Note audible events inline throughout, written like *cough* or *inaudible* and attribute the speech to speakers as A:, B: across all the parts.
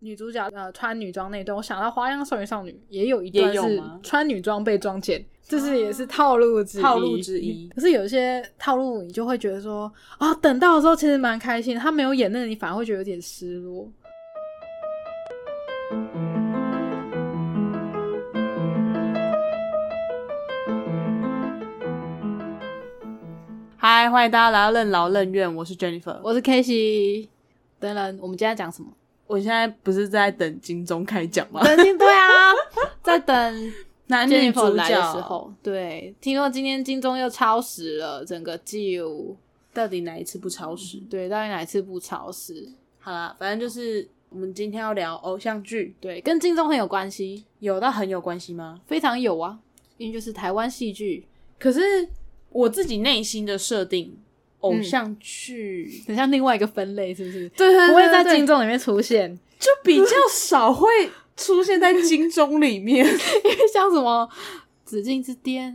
A: 女主角呃穿女装那一段，我想到《花样少女少女》也有一段
B: 也有
A: 是
B: 吗
A: 穿女装被装剪，这是也是套路之一。
B: 套路之一
A: 可是有一些套路，你就会觉得说，哦，等到的时候其实蛮开心的，他没有演那个，你反而会觉得有点失落。
B: 嗨，欢迎大家来到任劳任怨，我是 Jennifer。我
A: 我是 K C，等等，我们今天讲什么？
B: 我现在不是在等金钟开奖吗？
A: 等金对啊， *laughs* 在等
B: *laughs* 男女
A: Jennifer
B: 主
A: 来
B: 角
A: 的时，候，对，听说今天金钟又超时了，整个 Q
B: 到底哪一次不超时？
A: 对，到底哪一次不超时？
B: 好啦，反正就是我们今天要聊偶像剧，
A: 对，跟金钟很有关系，
B: 有到很有关系吗？
A: 非常有啊，因为就是台湾戏剧，
B: 可是我自己内心的设定，偶
A: 嗯
B: 像剧、
A: 很像另外一个分类，是不是？
B: 对对
A: 不会在
B: 嗯对
A: 金钟里面出现，
B: 就比较少会出现在金钟里 *laughs* 面。
A: *laughs* 像什么《紫禁之巅》，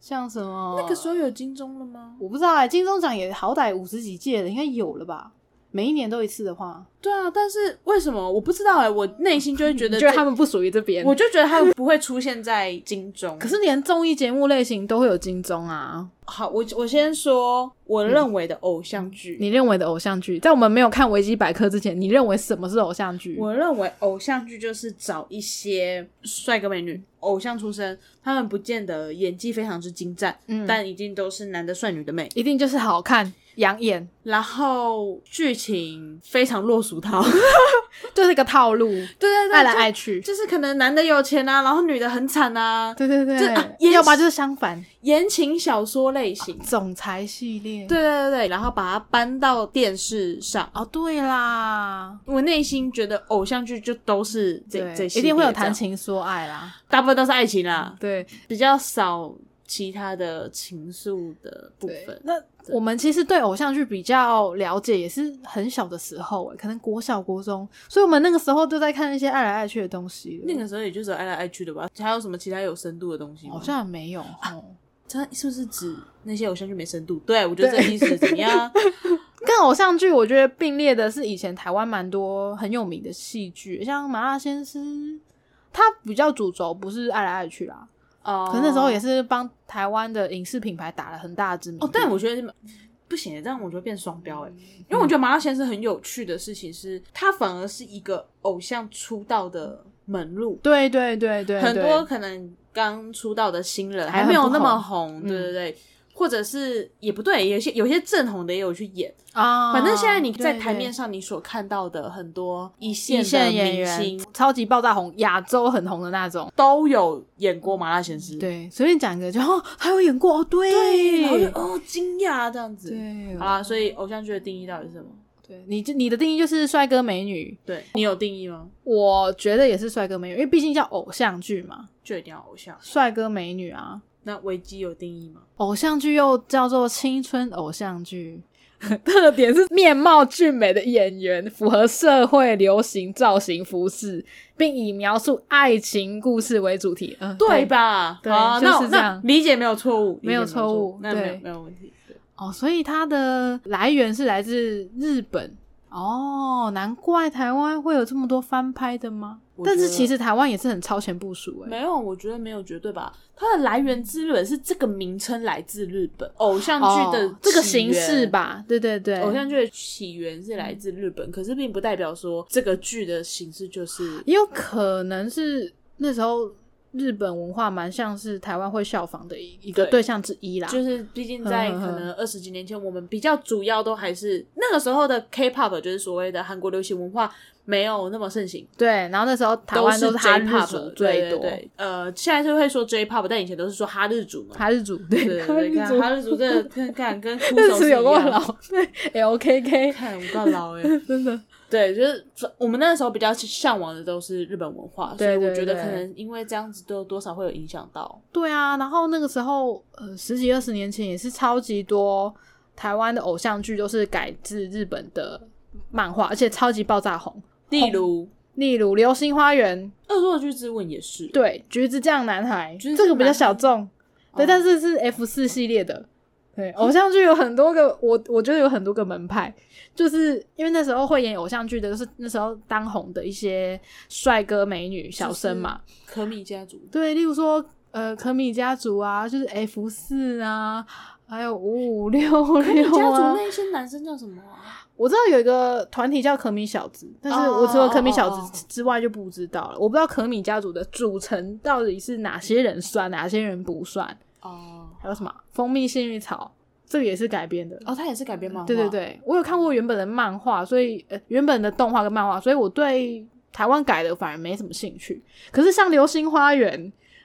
A: 像什么
B: 那个时候有金钟了吗？
A: 我不知道哎、金钟奖也好歹五十几届了，应该有了吧？每一年都一次的话，
B: 对啊，但是为什么我不知道哎、我内心就会 *laughs* 觉得
A: 觉得
B: 这
A: 他们不属于这边。
B: 我就觉得他们不会出现在金钟。
A: 可是连综艺节目类型都会有金钟啊！
B: 好，我我先说
A: 嗯
B: 我认为的偶像剧，
A: 你认为的偶像剧，在我们没有看维基百科之前，你认为什么是偶像剧？
B: 我认为偶像剧就是找一些帅哥美女、偶像出身，他们不见得演技非常之精湛，
A: 嗯
B: 但一定都是男的帅，女的美，
A: 一定就是好看、养眼，
B: 然后剧情非常落俗套， *laughs* 对
A: 就是一个套 *laughs* 路，
B: 对
A: 爱来爱去。
B: 就是可能男的有钱啊，然后女的很惨啊，
A: 对对
B: 就啊
A: 对，
B: 也
A: 要不然就是相反，
B: 言情小说类型。
A: 总裁系列。
B: 对对对对，然后把它搬到电视上。
A: 哦，对啦，
B: 我内心觉得偶像剧就都是这
A: 对，
B: 这
A: 一定会有谈
B: 谈，
A: 情说爱啦。
B: 大部分都是爱情啦，
A: 对，
B: 比较少其他的情愫的部
A: 对
B: 分。
A: 那我们其实对偶像剧比较了解，也是很小的时候、欸，可能国小、国中，所以我们那个时候都在看一些爱来爱去的东西了。
B: 那个时候也就是爱来爱去的吧，还有什么其他有深度的东西吗？
A: 好像没有哦。
B: 他是不是指那些偶像剧没深度？对，我觉得这
A: 对
B: 个意思怎
A: *laughs*
B: 么样？
A: 跟偶像剧，我觉得并列的是以前台湾蛮多很有名的戏剧，像《麻辣鲜师》，它比较主轴不是爱来爱去啦，
B: 哦
A: 可能那时候也是帮台湾的影视品牌打了很大的知名度。
B: 哦，但我觉得不行，这样我觉得变双标
A: 嗯
B: 哎，因为我觉得麻辣先生很有趣的事情是，他反而是一个偶像出道的门路，
A: 对对对对，
B: 很
A: 对
B: 多可能刚出道的新人
A: 还
B: 还没有
A: 很不
B: 那么
A: 红
B: 红，
A: 嗯
B: 对对对。或者是也不对，有些有些正红的也有去演，
A: 啊，
B: 反正现在你在
A: 对
B: 台
A: 对
B: 面上你所看到的很多一
A: 一
B: 线的
A: 线演
B: 明
A: 员
B: 星
A: 超级爆炸红，亚洲很红的那种。
B: 都有演过麻辣鲜师，
A: 对，随便讲一个就哦，他有演过哦，对，
B: 对，然后就哦惊讶这样子，
A: 对
B: 好啦，所以偶像剧的定义到底是什么？
A: 对，你就你的定义就是帅哥美女，
B: 对你有定义吗？
A: 我觉得也是帅哥美女，因为毕竟叫偶像剧嘛，
B: 就一定要偶像。
A: 帅哥美女啊，
B: 那维基有定义吗？
A: 偶像剧又叫做青春偶像剧。 *laughs* 特点是面貌俊美的演员，符合社会流行造型服饰，并以描述爱情故事为主题。嗯、
B: 对吧？
A: 对
B: 好啊
A: 就是
B: 那
A: 这
B: 那
A: 样
B: 理解没有错误，
A: 没有
B: 理解错
A: 错误
B: 那没有
A: 对
B: 没有问题。对
A: 哦，所以它的来源是来自日本哦，难怪台湾会有这么多翻拍的吗？
B: 我
A: 但是
B: 觉得
A: 其实台湾也是很超前部署哎、
B: 没有，我觉得没有绝对吧。它的来源自日本，是这个名称来自日本偶像剧的
A: 哦、这个
B: 起
A: 形
B: 源
A: 式。吧，对对对，
B: 偶像剧的起源是来自日本，可是并不代表说这个剧的形式就是
A: 也有可能是那时候日本文化蛮像是台湾会效仿的一一个
B: 对
A: 对象之一啦，
B: 就是毕竟在
A: 呵呵呵
B: 可
A: *laughs*
B: 能二十几年前，我们比较主要都还是那个时候的 K-pop，就是所谓的韩国流行文化没有那么盛行，
A: 对。然后那时候台湾
B: 都
A: 都
B: 是
A: 哈日
B: J-pop
A: 族最多，
B: 对对对呃，现在就会说 J-pop，但以前都是说哈日族嘛。
A: 哈日族
B: 对
A: 对
B: 对对，看哈日族这看
A: *laughs*
B: 看跟哭手
A: 词
B: 是
A: 有
B: 一
A: 够
B: 样，
A: 老，对 L K K
B: 看我够老哎、欸。
A: *laughs* 真的
B: *laughs* 对，就是我们那时候比较向往的都是日本文化，
A: 对
B: 所以
A: 对
B: 我觉得可
A: 对
B: 能因为这样子都多少会有影响到。
A: 对啊，然后那个时候，呃，十几二十年前也是超级多台湾的偶像剧都是改自日本的漫画，而且超级爆炸红。
B: 例如
A: 例如《流星花园》，
B: 《恶作剧之吻》也是，
A: 对，《橘子酱男孩
B: 橘》子
A: 这个比
B: 酱男
A: 较
B: 孩
A: 小众，对，
B: 哦
A: 但是是 F 四系列的，对，偶像剧有很多个，我我觉得有很多个门派，就是因为那时候会演偶像剧的，就是那时候当红的一些帅哥美女小生嘛。，
B: 科米家族，
A: 对，例如说呃，可米家族啊，就是 F 四啊，还有五五六
B: 科米
A: 六
B: 家族
A: 啊。
B: 那一些男生叫什么啊？
A: 我知道有一个团体叫可米小子，但是
B: 哦
A: 我除了可米小
B: 哦哦哦
A: 子之外就不知道了。我不知道可米家族的组成到底是哪些人算，哪些人不算，
B: 哦
A: 还有什么蜂蜜幸运草，这个也是改编的。
B: 哦，他也是改编漫画，
A: 对对，对，我有看过原本的漫画，所以呃原本的动画跟漫画，所以我对台湾改的反而没什么兴趣。可是像《流星花园》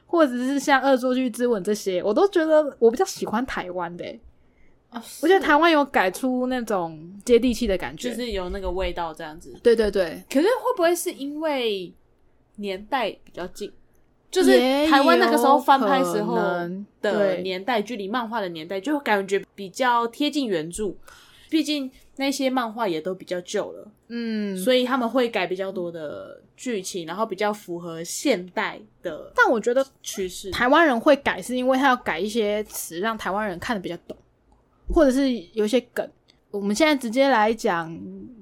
A: 或者是像《恶作剧之吻》这些，我都觉得我比较喜欢台湾的欸、
B: 哦
A: 我觉得台湾有改出那种接地气的感觉。
B: 就是有那个味道这样子。
A: 对对对，
B: 可是会不会是因为年代比较近？就是
A: 也
B: 台湾那个时候
A: 有
B: 翻拍时候
A: 可能
B: 的
A: 对
B: 年代，距离漫画的年代，就感觉比较贴近原著。毕竟那些漫画也都比较旧了，
A: 嗯，
B: 所以他们会改比较多的剧情，然后比较符合现代的
A: 但我觉得
B: 趋势。
A: 台湾人会改，是因为他要改一些词，让台湾人看得比较懂，或者是有一些梗。我们现在直接来讲，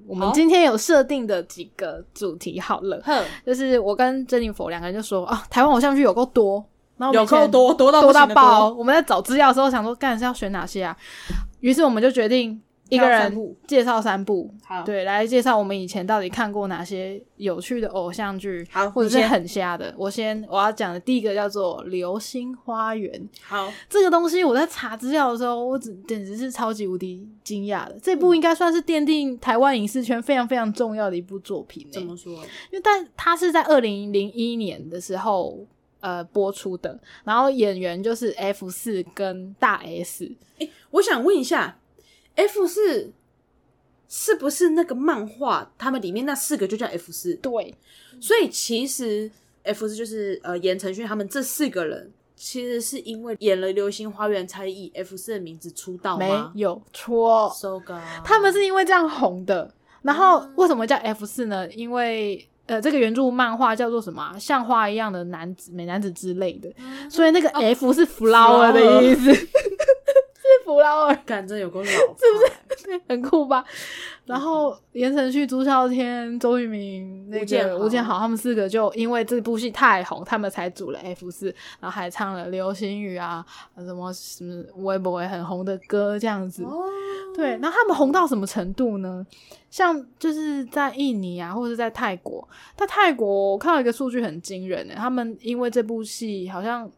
A: 我们
B: 好
A: 今天有设定的几个主题好
B: *laughs*
A: 了，
B: 哼，
A: 就是我跟珍妮佛两个人就说啊，台湾偶像剧有够多，然后我们
B: 有
A: 以
B: 够
A: 前
B: 多多到
A: 多
B: 不
A: 到
B: 行的
A: 爆。，我们在找资料的时候想说，干是要选哪些啊？于是我们就决定一个
B: 挑三
A: 人
B: 部
A: 介绍三部，
B: 好，
A: 对，来介绍我们以前到底看过哪些有趣的偶像剧，
B: 好
A: 或者
B: 你
A: 是
B: 先
A: 很瞎的。我先我要讲的第一个叫做《流星花园》
B: 好，
A: 这个东西，我在查资料的时候，我只简直是超级无敌惊讶的。这
B: 嗯
A: 部应该算是奠定台湾影视圈非常非常重要的一部作品、欸，
B: 怎么说？
A: 因为但它是在二零零一年的时候呃播出的，然后演员就是 F 四跟大 S，
B: 我想问一下，F 四是不是那个漫画？他们里面那四个就叫 F 四，
A: 对，
B: 所以其实 F 四就是呃言承旭他们这四个人，其实是因为演了《流星花园》才以 F 四的名字出道
A: 没
B: 吗？
A: 有错，
B: So g
A: 他们是因为这样红的。然后为什么叫 F 四呢？因为呃，这个原著漫画叫做什么啊、像花一样的男子、美男子之类的，
B: 嗯
A: 所以那个
B: 哦
A: F 是 flower 的意 *laughs* 思，是 flower，
B: 感真有够
A: *laughs*
B: 老，是
A: 很酷吧？然后言承旭、朱孝天、周渝民、那
B: 吴建
A: 个
B: 豪
A: 吴建豪，他们四个就因为这部戏太红，他们才组了 F 四，然后还唱了《流星雨》啊，什么什么微博也很红的歌这样子。
B: 不是？哦，
A: 对，然后他们红到什么程度呢？像就是在印尼啊，或者是在泰国，在泰国我看到一个数据很惊人的、欸他们因为这部戏好像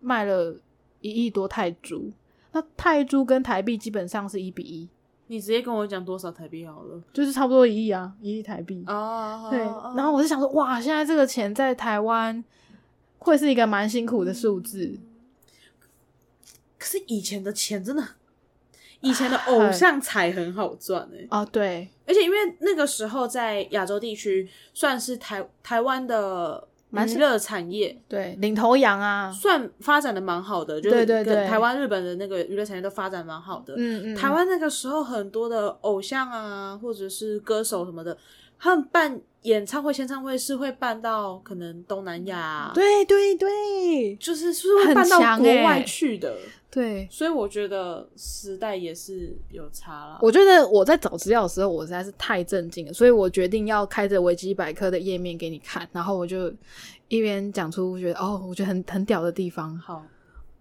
A: 卖了一亿多泰铢，那泰铢跟台币基本上是一比一，
B: 你直接跟我讲多少台币好了。
A: 就是差不多一亿啊，一亿台币。
B: 哦
A: 对，然后我就想说，哇，现在这个钱在台湾会是一个蛮辛苦的数字，
B: 嗯可是以前的钱
A: *laughs*
B: 真的，以前的偶像才很好赚哎、
A: 哦，对，
B: 而且因为那个时候在亚洲地区算是台台湾的
A: 蛮
B: 娱乐产业
A: 对，领头羊啊，
B: 算发展的蛮好的，就是
A: 对对对
B: 跟台湾、日本的那个娱乐产业都发展蛮好的。
A: 嗯嗯，
B: 台湾那个时候很多的偶像啊，或者是歌手什么的，他们办演唱会、签唱会是会办到可能东南亚、啊，，
A: 对对对
B: 就是是会办到
A: 很强
B: 国
A: 欸
B: 外去的。
A: 对，
B: 所以我觉得时代也是有差啦。
A: 我觉得我在找资料的时候，我实在是太震惊了，所以我决定要开着维基百科的页面给你看，然后我就一边讲出觉得哦，我觉得很很屌的地方。
B: 好，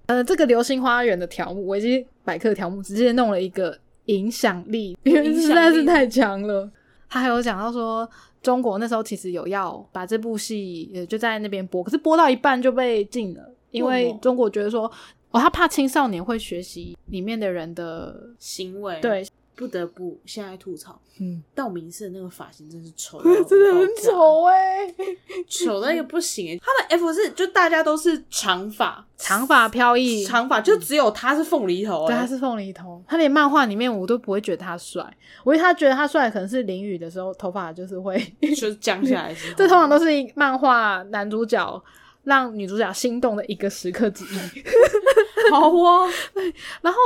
A: 呃，这个《流星花园》的条目，维基百科条目直接弄了一个影响力，因为
B: 影响力
A: 实在是太强了。他还有讲到说，中国那时候其实有要把这部戏呃就在那边播，可是播到一半就被禁了，因
B: 为
A: 为
B: 什么
A: 中国觉得说，哦，他怕青少年会学习里面的人的，
B: 行为
A: 对，
B: 不得不现在吐槽，
A: 嗯，，
B: 道明寺的那个发型真是
A: *laughs*
B: 丑
A: 真的很，丑哎、
B: 丑到一个不行欸。他们 F 四就大家都是长发，
A: 长发飘逸，
B: 长发就只有他是凤梨头欸，
A: 对，他是凤梨头，他连漫画里面我都不会觉得他帅，我以为他觉得他帅可能是淋雨的时候头发就是会， *laughs*
B: 就是降下来之后
A: 这通常都是一漫画男主角让女主角心动的一个时刻之一。 *laughs*
B: 好哦，
A: 然后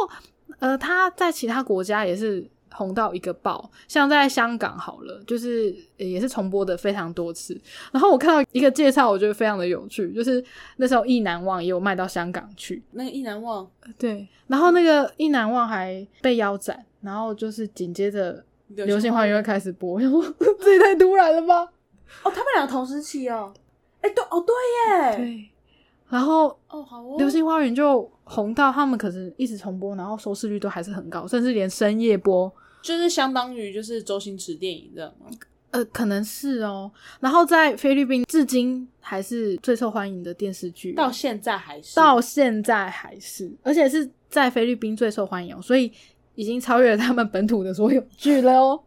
A: 呃，他在其他国家也是红到一个爆。像在香港好了，就是呃也是重播的非常多次。然后我看到一个介绍，我觉得非常的有趣，就是那时候《意难忘》也有卖到香港去，
B: 那个意难忘，
A: 对。然后那个《意难忘》还被腰斩，然后就是紧接着《流星花园》又开始播，我想说 *laughs* 这也太突然了吧？
B: 哦，他们两个同时期哦，哎、对哦对耶，
A: 对。然后
B: 哦好哦，
A: 《流星花园》就红到他们可是一直重播，然后收视率都还是很高，甚至连深夜播，
B: 就是相当于就是周星驰电影这样吗？
A: 呃，可能是哦。然后在菲律宾，至今还是最受欢迎的电视剧，
B: 到现在还是
A: 到现在还是，而且是在菲律宾最受欢迎哦、所以已经超越了他们本土的所有剧了哦。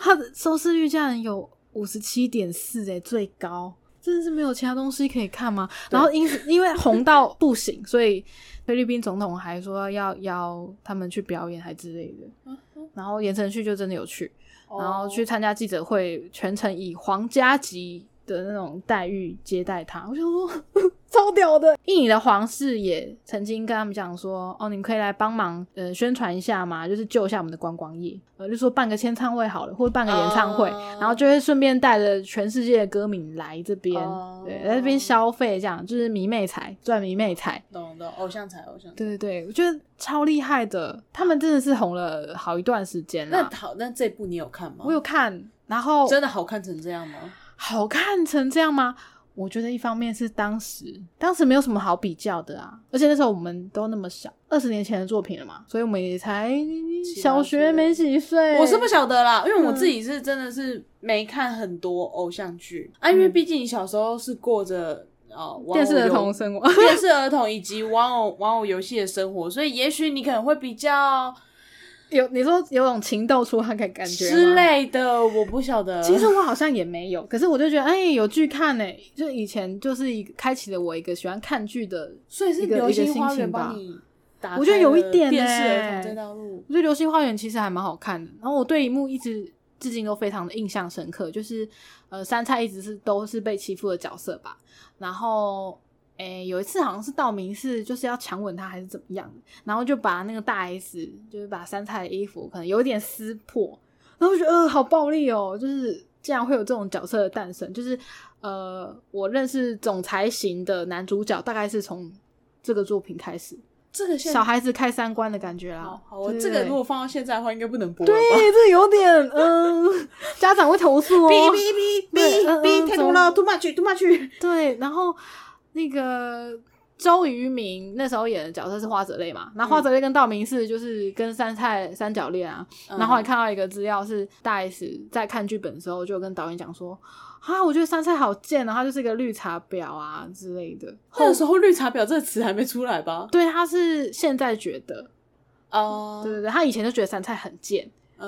A: 它的收视率竟然有五十七点四，哎，最高，真的是没有其他东西可以看吗？
B: 对
A: 然后因此因 *laughs* 为红到不行，所以菲律宾总统还说要邀他们去表演还之类的。
B: 嗯嗯
A: 然后言承旭就真的有去，
B: 哦
A: 然后去参加记者会，全程以皇家级的那种待遇接待他。我想说， *laughs* 超屌的。印尼的皇室也曾经跟他们讲说，哦，你们可以来帮忙，呃，宣传一下嘛，就是救一下我们的观光业，呃，就说办个签唱会好了，或者办个演唱会，
B: 哦
A: 然后就会顺便带着全世界的歌迷来这边，
B: 哦
A: 对，来这边消费，这样就是迷妹财，赚迷妹财。
B: 懂懂偶像才偶像才。
A: 对对对，我觉得超厉害的，他们真的是红了好一段时间
B: 那
A: 了。
B: 好，那这部你有看吗？
A: 我有看，然后
B: 真的好看成这样吗？
A: 好看成这样吗？我觉得一方面是当时，当时没有什么好比较的啊，而且那时候我们都那么小，二十年前的作品了嘛，所以我们也才小学没几岁。
B: 我是不晓得啦，因为我
A: 嗯
B: 自己是真的是没看很多偶像剧啊，因为
A: 嗯
B: 毕竟你小时候是过着呃玩偶
A: 电视儿
B: 游
A: 童生活 *laughs*
B: 电视儿童以及玩偶玩偶游戏的生活，所以也许你可能会比较
A: 有你说有种情窦初开的感觉吗
B: 之。类的，我不晓得。
A: 其实我好像也没有，可是我就觉得，哎、有剧看呢、就以前就是一个开启了我一个喜欢看剧的
B: 所以是
A: 一个
B: 流
A: 一
B: 星
A: 个
B: 花
A: 心
B: 园
A: 情吧
B: 帮你打开了
A: 我觉得有一点
B: 电视
A: 欸
B: 儿童这道路。
A: 我觉得《流星花园》其实还蛮好看的，然后我对一幕一直至今都非常的印象深刻，就是呃，杉菜一直是都是被欺负的角色吧，然后诶有一次好像是道明寺就是要强吻他还是怎么样的，然后就把那个大 S 就是把杉菜的衣服可能有一点撕破，然后我觉得呃好暴力哦，就是竟然会有这种角色的诞生，就是呃我认识总裁型的男主角大概是从这个作品开始，
B: 这个现
A: 小孩子开三观的感觉啦
B: 好，。好，我
A: 对
B: 这
A: 对
B: 个
A: 对
B: 如果放到现在的话，应该不能播了
A: *laughs*
B: 吧？
A: 对，哎这有点嗯，家长会投诉哦。
B: 哔哔
A: 对
B: 哔
A: 嗯
B: 哔
A: 嗯
B: 哔，太多了，too much，too much。
A: 对，然后那个周渝民那时候演的角色是花泽类嘛，然后花
B: 嗯
A: 泽类跟道明寺就是跟杉菜三角恋啊。
B: 嗯
A: 然后还看到一个资料是大 S 在看剧本的时候就跟导演讲说。啊，我觉得杉菜好贱啊，他就是一个绿茶婊啊之类的。
B: 那个时候“绿茶婊”这个词还没出来吧？
A: 对，他是现在觉得，
B: 哦
A: 对，对对，他以前就觉得杉菜很贱，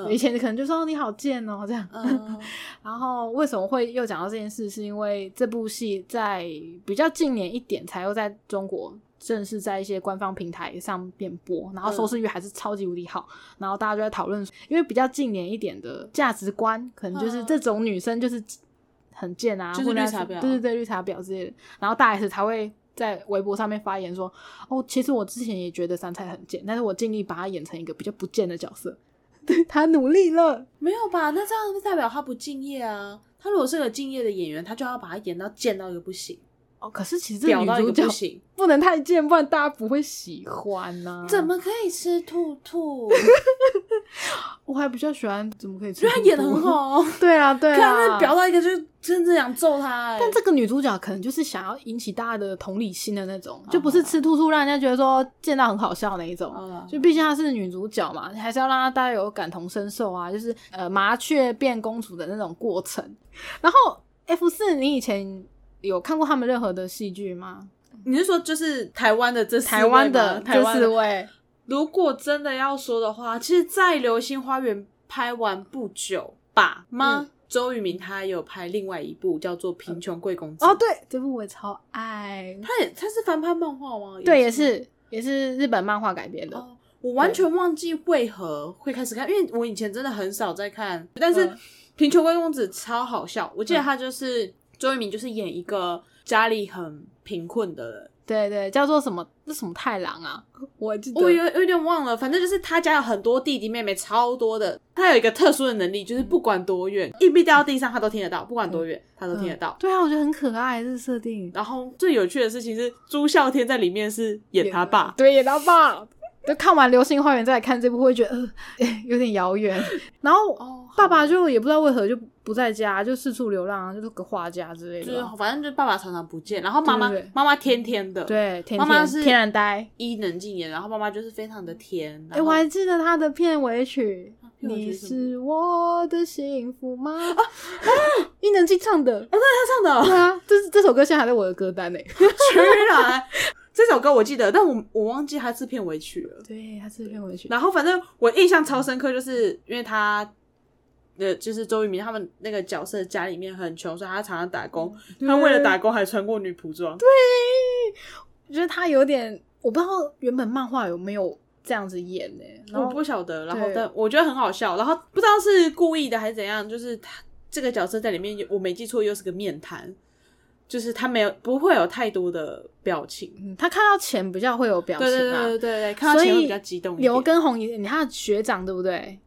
A: 以
B: 嗯
A: 前可能就说哦你好贱哦这样。
B: 嗯，
A: 然后为什么会又讲到这件事，是因为这部戏在比较近年一点才又在中国正式在一些官方平台上面播，然后收
B: 嗯
A: 视率还是超级无敌好，然后大家就在讨论，因为比较近年一点的价值观，可能就是
B: 嗯
A: 这种女生就是很贱啊，
B: 就是
A: 或者
B: 绿茶
A: 对
B: 婊
A: 对对，绿茶婊之类的，然后大 S 才会。在微博上面发言说：“哦，其实我之前也觉得杉菜很贱，但是我尽力把她演成一个比较不贱的角色， *laughs* 对她努力了。
B: 没有吧？那这样就代表他不敬业啊。他如果是个敬业的演员，他就要把他演到贱到一个不行，
A: 哦，可是其实这
B: 婊
A: 女
B: 到一
A: 主
B: 个
A: 角
B: 不 *laughs* 行，嗯
A: 不能太贱，不然大家不会喜欢呐、
B: 怎？么可以吃兔 *laughs* 兔？
A: 我还比较喜欢怎么可以吃
B: 居
A: 兔兔？
B: 然啊演的很好哦，
A: 对啊，对
B: 看那
A: 啊。
B: 婊到一个就真的想揍他哎。
A: 但这个女主角可能就是想要引起大家的同理心的那种，啊就不是吃兔兔让人家觉得说见到很好笑那一种。
B: 好啦
A: 就毕竟她是女主角嘛，还是要让她大家有感同身受啊，就是呃麻雀变公主的那种过程。然后 F 四，你以前有看过他们任何的戏剧吗？
B: 你是说就是台湾的这四位吗
A: 台湾的
B: 台湾
A: 这
B: 的
A: 四位，
B: 如果真的要说的话，其实，在《流星花园》拍完不久吧吗？
A: 嗯
B: 周渝民他有拍另外一部叫做《贫穷贵公子》
A: 哦，，对，这部我也超爱。
B: 他也他是翻拍漫画吗？
A: 对，也。是也是日本漫画改编的。
B: 哦，我完全忘记为何会开始看，因为我以前真的很少在看，但是
A: 嗯
B: 《贫穷贵公子》超好笑，我记得他就是、周渝民，就是演一个家里很贫困的
A: 对对，叫做什么？那什么太郎啊？我记得
B: 我有有点忘了，反正就是他家有很多弟弟妹妹，超多的。他有一个特殊的能力，就是
A: 嗯
B: 不管多远，硬币掉到地上他都听得到，不管多远他都听得
A: 嗯。
B: 到
A: 对啊，我觉得很可爱，这个设定。
B: 然后最有趣的事情是，朱孝天在里面是演他爸，
A: 对，演到爆。就看完《流星花园》再来看这部，会觉得、呃、有点遥远。 *laughs* 然后
B: 哦
A: 爸爸就也不知道为何就不在家，就四处流浪啊，就是个画家之类
B: 就
A: 的
B: 是
A: 吧。
B: 反正就是爸爸常常不见，然后妈妈
A: 对对对
B: 妈妈天天的，，
A: 对，天
B: 妈妈
A: 天
B: 是
A: 天然呆。
B: 伊能静演，然后妈妈就是非常的甜。
A: 哎、
B: 然后啊
A: 我还记得他的片尾曲，
B: 片尾曲
A: 你
B: 是什么 *laughs*
A: 是我的幸福吗？啊，伊能静唱的。
B: 他唱的哦
A: 对啊，这这首歌现在还在我的歌单呢。 *laughs*
B: 居然 *laughs* 这首歌我记得，但我我忘记它是片尾曲了。
A: 对，他是片尾曲。
B: 然后反正我印象超深刻，就是因为他的就是周渝民他们那个角色家里面很穷，所以他常常打工。他为了打工还穿过女仆装。对，
A: 我觉得他有点，我不知道原本漫画有没有这样子演呢、然
B: 我
A: 后
B: 不晓得。然后
A: 对
B: 但我觉得很好笑。然后不知道是故意的还是怎样，就是他这个角色在里面有，我没记错又是个面瘫，就是他没有不会有太多的表情。
A: 嗯，他看到钱比较会有表情
B: 对
A: 啊。
B: 对对对对对，看到
A: 所
B: 钱
A: 以
B: 会比较激动一点。
A: 刘畊宏也，你他的学长对不对？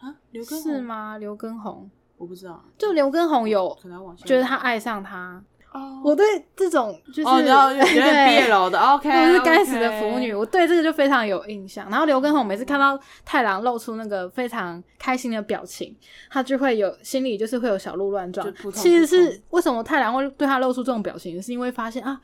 B: 啊，刘根
A: 是？吗？刘畊宏，
B: 我不知道，
A: 就刘畊宏有
B: 可能要往下
A: 觉得他爱上他。
B: 哦
A: 我对这种就是、
B: 哦，
A: *laughs*
B: 然后有点别
A: 对，
B: 楼的 OK，
A: 我是该死的腐女，。我对这个就非常有印象。然后刘畊宏每次看到太郎露出那个非常开心的表情，他就会有心里就是会有小鹿乱撞
B: 就扑。通
A: 其实
B: 扑
A: 是为什么太郎会对他露出这种表情，是因为发现啊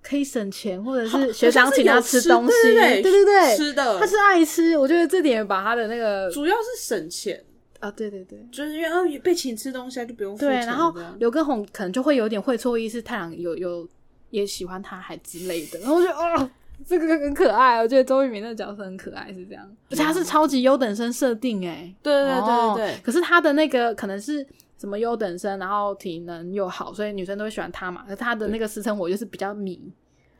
A: 可以省钱，或者是学长请他吃东西，
B: 对
A: 对对
B: 吃的，
A: 他是爱吃。我觉得这点把他的那个
B: 主要是省钱，
A: 啊，对对对。
B: 就是因为哦被请吃东西啊就不用付
A: 对，
B: 钱了
A: 然后
B: 这样
A: 刘畊宏可能就会有点会错意，是太郎有有也喜欢他还之类的，然后我觉得哦，这个很可爱，我觉得周渝民的角色很可爱，是这样，而且他是超级优等生设定哎，
B: 啊对对
A: 哦
B: 对对
A: 可是他的那个可能是。什么优等生，然后体能又好，所以女生都会喜欢他嘛。可是他的那个私生活就是比较迷，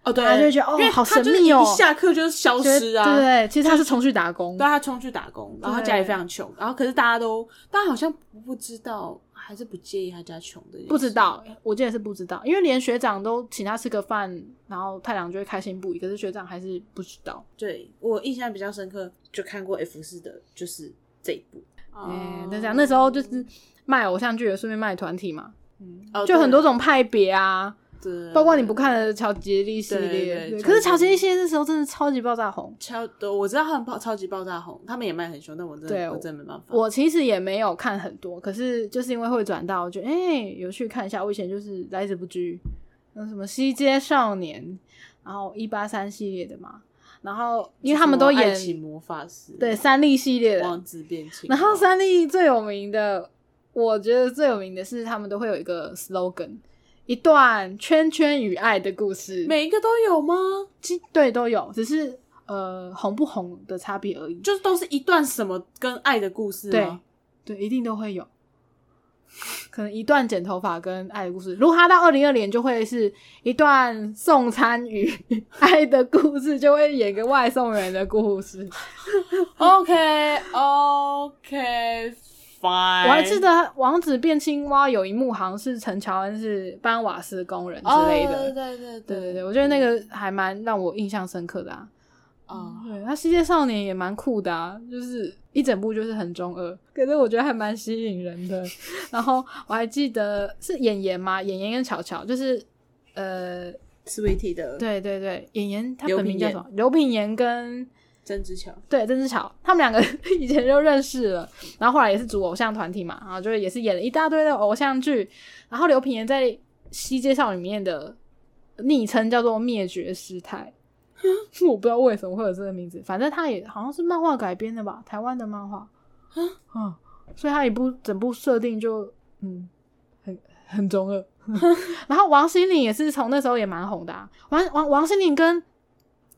B: 哦对，
A: 他就会觉得哦
B: 因为
A: 好
B: 他
A: 神
B: 就是
A: 秘哦
B: 一下课就消
A: 觉得
B: 失啊，
A: 对对对，其实他是重去打工，
B: 对他啊冲去打工，然后他家里
A: 对
B: 非常穷，然后可是大家都，大家好像不知道，还是不介意他家穷的，
A: 不知道，欸我记得是不知道，因为连学长都请他吃个饭，然后太郎就会开心不已，可是学长还是不知道。
B: 对我印象比较深刻，就看过 F 四的，就是这一部。
A: 哎、就这样，那时候就是卖偶像剧，也顺便卖团体嘛，
B: 哦
A: 就很多，种派别啊，
B: 对对对
A: 包括你不看的乔杰利系
B: 对对
A: 列。
B: 对
A: 对
B: 乔
A: 可是
B: 杰
A: 乔杰
B: 利
A: 利系列那时候真的超级爆炸红。
B: 超，对我知道他们爆超级爆炸红，他们也卖很凶，但我真
A: 对
B: 的我真的没办法。
A: 我其实也没有看很多，可是就是因为会转到，我觉得哎、有去看一下。我以前就是来者不拒，那什么《西街少年》，然后一八三系列的嘛，然后因为他们都
B: 什么爱
A: 演
B: 情魔法师，
A: 对三立系列的，
B: 王子变情，
A: 然后三立最有名的，我觉得最有名的是他们都会有一个 slogan，一段圈圈与爱的故事，
B: 每一个都有吗？
A: 其对都有，只是呃红不红的差别而已。
B: 就是都是一段什么跟爱的故事
A: 对
B: 吗？
A: 对，一定都会有。可能一段剪头发跟爱的故事，如果他到二零二年就会是一段送餐与 *laughs* 爱的故事，就会演个外送员的故事。
B: OK OK fine，
A: 我还记得王子变青蛙有一幕，好像是陈乔恩是搬瓦斯工人之类的，
B: 哦对对对
A: 对对
B: 对
A: 对，我觉得那个还蛮让我印象深刻的啊。
B: 啊，
A: 对，他《西界少年》也蛮酷的啊，就是一整部就是很中二，可是我觉得还蛮吸引人 *laughs* 的。然后我还记得是演员嘛，演员跟巧巧，就是呃，
B: Sweetie 的
A: 对对对，演员他
B: 刘
A: 本
B: 品
A: 名叫
B: 言
A: 什么？刘品言跟
B: 曾之乔，
A: 对，郑智乔，他们两个 *laughs* 以前就认识了，然后后来也是组偶像团体嘛，然后就是也是演了一大堆的偶像剧，然后刘品言在《西街少》里面的昵称叫做“灭绝师太”，我不知道为什么会有这个名字，反正他也好像是漫画改编的吧，台湾的漫画，嗯，所以他一部整部设定就嗯很很中二， *laughs* 然后王心凌也是从那时候也蛮红的、啊，王王王心凌跟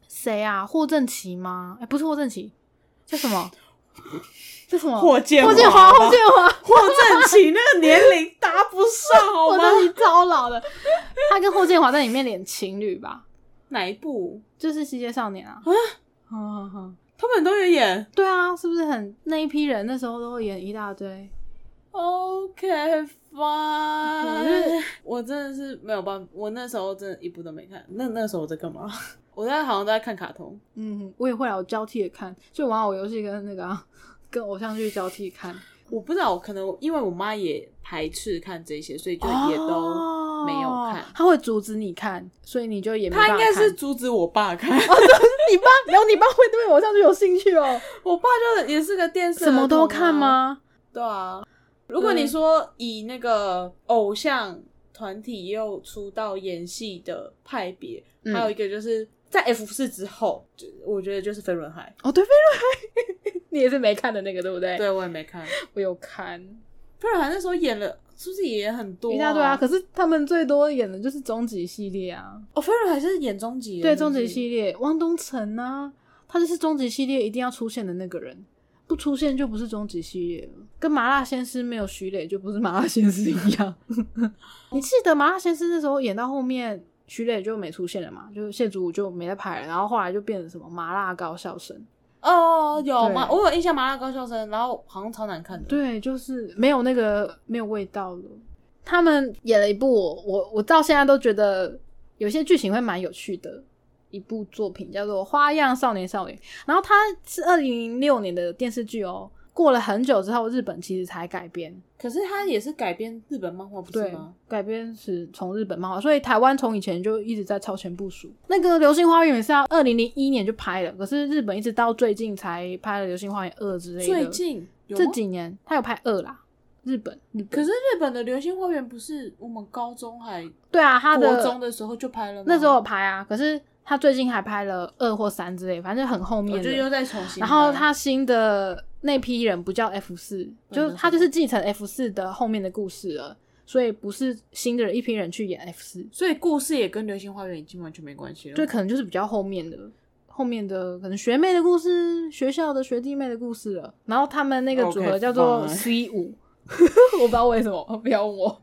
A: 谁啊？霍正奇吗？哎、不是霍正奇，叫什么？叫什么？
B: 霍建
A: 霍建华，霍建华，
B: *laughs* 霍正奇那个年龄搭不上好 *laughs*
A: 霍
B: 吗？
A: 正奇超老的，他跟霍建华在里面演情侣吧，
B: 哪一部？
A: 就是《西街少年》啊。嗯嗯嗯
B: 他们都有演。
A: 对
B: *laughs*
A: 啊，是不是很那一批人那时候都会演一大堆？
B: OK 烦
A: 我就是，
B: 我真的是没有办法，我那时候真的一部都没看。那那时候我在干嘛？ *laughs* 我在好像在看卡通，
A: 嗯，我也会啊，我交替的看，就玩偶游戏跟那个、啊、 *laughs* 跟偶像剧交替看，
B: 我不知道，我可能因为我妈也排斥看这些，所以就也都。没有看
A: 哦他会阻止你看，所以你就也没办
B: 她
A: 法
B: 应
A: 看。
B: 该是阻止我爸看，
A: 你 *laughs* 爸，然后你爸会对偶像剧有兴趣哦？
B: *laughs* 我爸就也是个电
A: *laughs*
B: 视、啊
A: 什么都看？吗？
B: 对啊，如果你说以那个偶像团体又出道演戏的派别，
A: 嗯
B: 还有一个就是在 F 四之后，就我觉得就是飞轮海。
A: 哦，对，飞轮海， *laughs* 你也是没看的那个，对不对？，
B: 对我也没看，
A: 我有看
B: 飞轮海那时候演了是不是也很多、
A: 一大堆啊。可是他们最多演的就是终极系列啊，
B: 哦，飞轮海是演终极，
A: 对，
B: 是不
A: 终
B: 是
A: 极。系列，汪东城啊，他就是终极系列一定要出现的那个人。不出现就不是终极系列了，跟麻辣鲜师没有徐磊就不是麻辣鲜师一样。 *laughs* 你记得麻辣鲜师那时候演到后面，徐磊就没出现了嘛，就是谢祖武就没在拍了，然后后来就变成什么麻辣高校生，
B: 哦，有
A: 对
B: 吗？我有印象《麻辣高校生》，然后好像超难看的。，
A: 对，就是没有那个没有味道了。他们演了一部我我我到现在都觉得有些剧情会蛮有趣的一部作品，叫做《花样少年少女》。然后它是二零零六年的电视剧哦，过了很久之后，日本其实才改编，
B: 可是它也是改编日本漫画，不是
A: 对
B: 吗？，
A: 改编是从日本漫画，所以台湾从以前就一直在超前部署。那个《流星花园》也是要二零零一年就拍了，可是日本一直到最近才拍了《流星花园二》之类的。
B: 最近有吗
A: 这几年他有拍二啦，日本日本
B: 可是日本的《流星花园》不是我们高中还
A: 对啊，他的
B: 国中的时候就拍了吗，
A: 那时候有拍啊，可是他最近还拍了二或三之类，反正很后
B: 我
A: 面
B: 哦就
A: 的。
B: 又在重新
A: 然
B: 拍。
A: 后他新的那批人不叫 F
B: 嗯
A: 四，就是他就是继承 F 四的后面的故事了，所以不是新的人一批人去演 F 四，
B: 所以故事也跟《流星花园》已经完全没关系了。
A: 对，，可能就是比较后面的。后面的可能学妹的故事、学校的学弟妹的故事了，然后他们那个组合
B: OK，
A: 叫做
B: fine
A: C 五， *laughs* 我不知道为什么，不要问 *laughs* 我，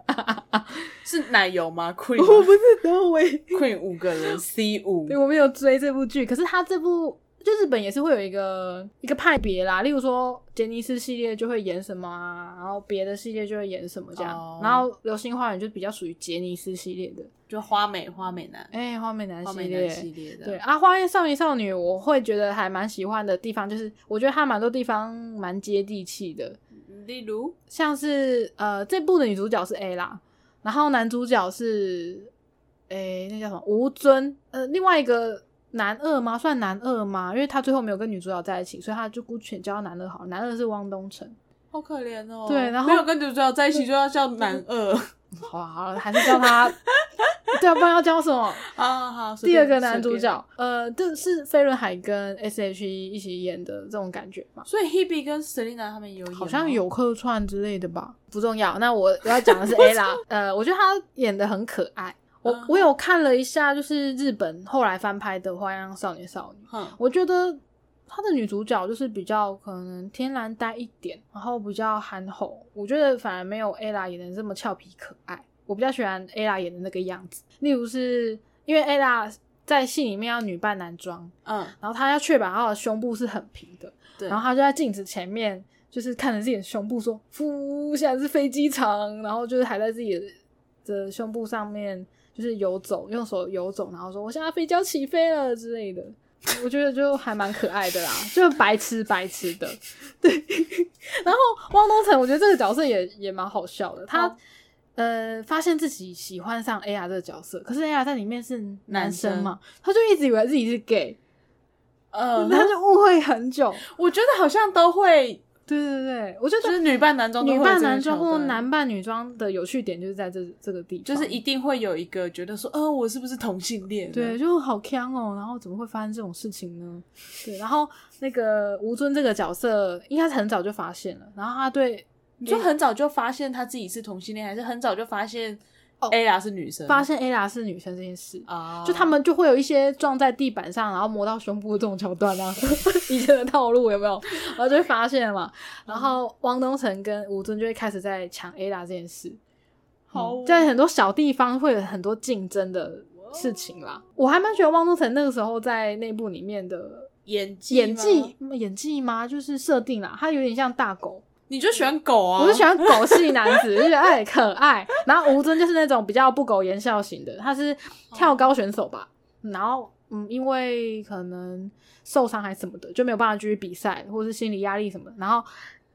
B: 是奶油
A: *laughs*
B: 吗？Queen
A: 我
B: 吗
A: 不是，然后我也
B: *laughs* Queen 五个人 C 五
A: 对，我没有追这部剧，可是他这部就日本也是会有一个一个派别啦，例如说杰尼斯系列就会演什么啊，然后别的系列就会演什么这样，
B: 哦
A: 然后《流星花园》就比较属于杰尼斯系列的，
B: 就花美花美男
A: 哎、花美男
B: 花
A: 系
B: 美男
A: 列。
B: 系列的。
A: 对，啊，《花样少年少女》我会觉得还蛮喜欢的地方，就是我觉得它蛮多地方蛮接地气的，
B: 例如
A: 像是呃这部的女主角是 A 啦，然后男主角是诶、那叫什么吴尊，呃另外一个男二吗？算男二吗？因为他最后没有跟女主角在一起，所以他就姑且叫他男二好了。男二是汪东城，
B: 好可怜哦，
A: 对然后
B: 没有跟主角在一起就要叫男二
A: 好啊好了，还是叫他对啊，不然要叫什么？
B: 啊。好，随
A: 第
B: 便
A: 二个男主，
B: 随便
A: 角，呃，就是飞轮海跟 S.H.E 一起演的这种感觉嘛。
B: 所以 Hebe 跟 Selina 他们有演吗
A: 好像。有客串之类的吧，不重要。那我我要讲的是 *laughs* ella，呃，我觉得她演的很可爱。我
B: 嗯
A: 我有看了一下，就是日本后来翻拍的《花样少年少女》，
B: 哼，
A: 我觉得她的女主角就是比较可能天然呆一点，然后比较憨厚。我觉得反而没有 ella 演的这么俏皮可爱。我比较喜欢 ella 演的那个样子，例如是因为 ella 在戏里面要女扮男装，
B: 嗯，
A: 然后她要确保她的胸部是很平的，
B: 对。
A: 然后他就在镜子前面，就是看着自己的胸部说：“呼，现在是飞机场。”然后就是还在自己的的胸部上面就是游走，用手游走，然后说：“我现在飞机要起飞了”之类的。我觉得就还蛮可爱的啦，就白痴白痴的，对。然后汪东城，我觉得这个角色也也蛮好笑的，他、
B: 哦
A: 呃发现自己喜欢上 AR 这个角色，可是 AR 在里面是男
B: 男
A: 生
B: 生
A: 嘛，他就一直以为自己是 gay，、
B: 嗯，
A: 他就误会很久。
B: 我觉得好像都会，
A: 对对对，我觉得
B: 就是女扮男装都
A: 女
B: 会有
A: 扮
B: 这个
A: 男装
B: 桥
A: 或
B: 段
A: 男扮女装的有趣点就是在这这个地方，
B: 就是一定会有一个觉得说，嗯、我是不是同性恋？
A: 对，，就好坑哦，然后怎么会发生这种事情呢？对，然后那个吴尊这个角色应该是很早就发现了，然后他对
B: 你就很早就发现他自己是同性恋，还是很早就发现
A: 哦
B: A 啦是女生？
A: 发现 Ella 是女生这件事。
B: 啊，
A: 就他们就会有一些撞在地板上，然后磨到胸部的这种桥段啊， *laughs* 以前的套路有没有？然后就会发现嘛，然后汪东城跟吴尊就会开始在抢 Ella 这件事，
B: 好
A: 嗯在很多小地方会有很多竞争的事情啦。我还蛮喜欢汪东城那个时候在内部里面的
B: 演技
A: 演
B: 吗
A: 技，演技吗？就是设定啦，他有点像大狗，
B: 你就喜欢狗啊？
A: 我就喜欢狗系男子，就觉得哎可爱。然后吴尊就是那种比较不苟言笑型的，他是
B: 哦
A: 跳高选手吧。然后嗯，因为可能受伤还是什么的，就没有办法继续比赛，或是心理压力什么的。然后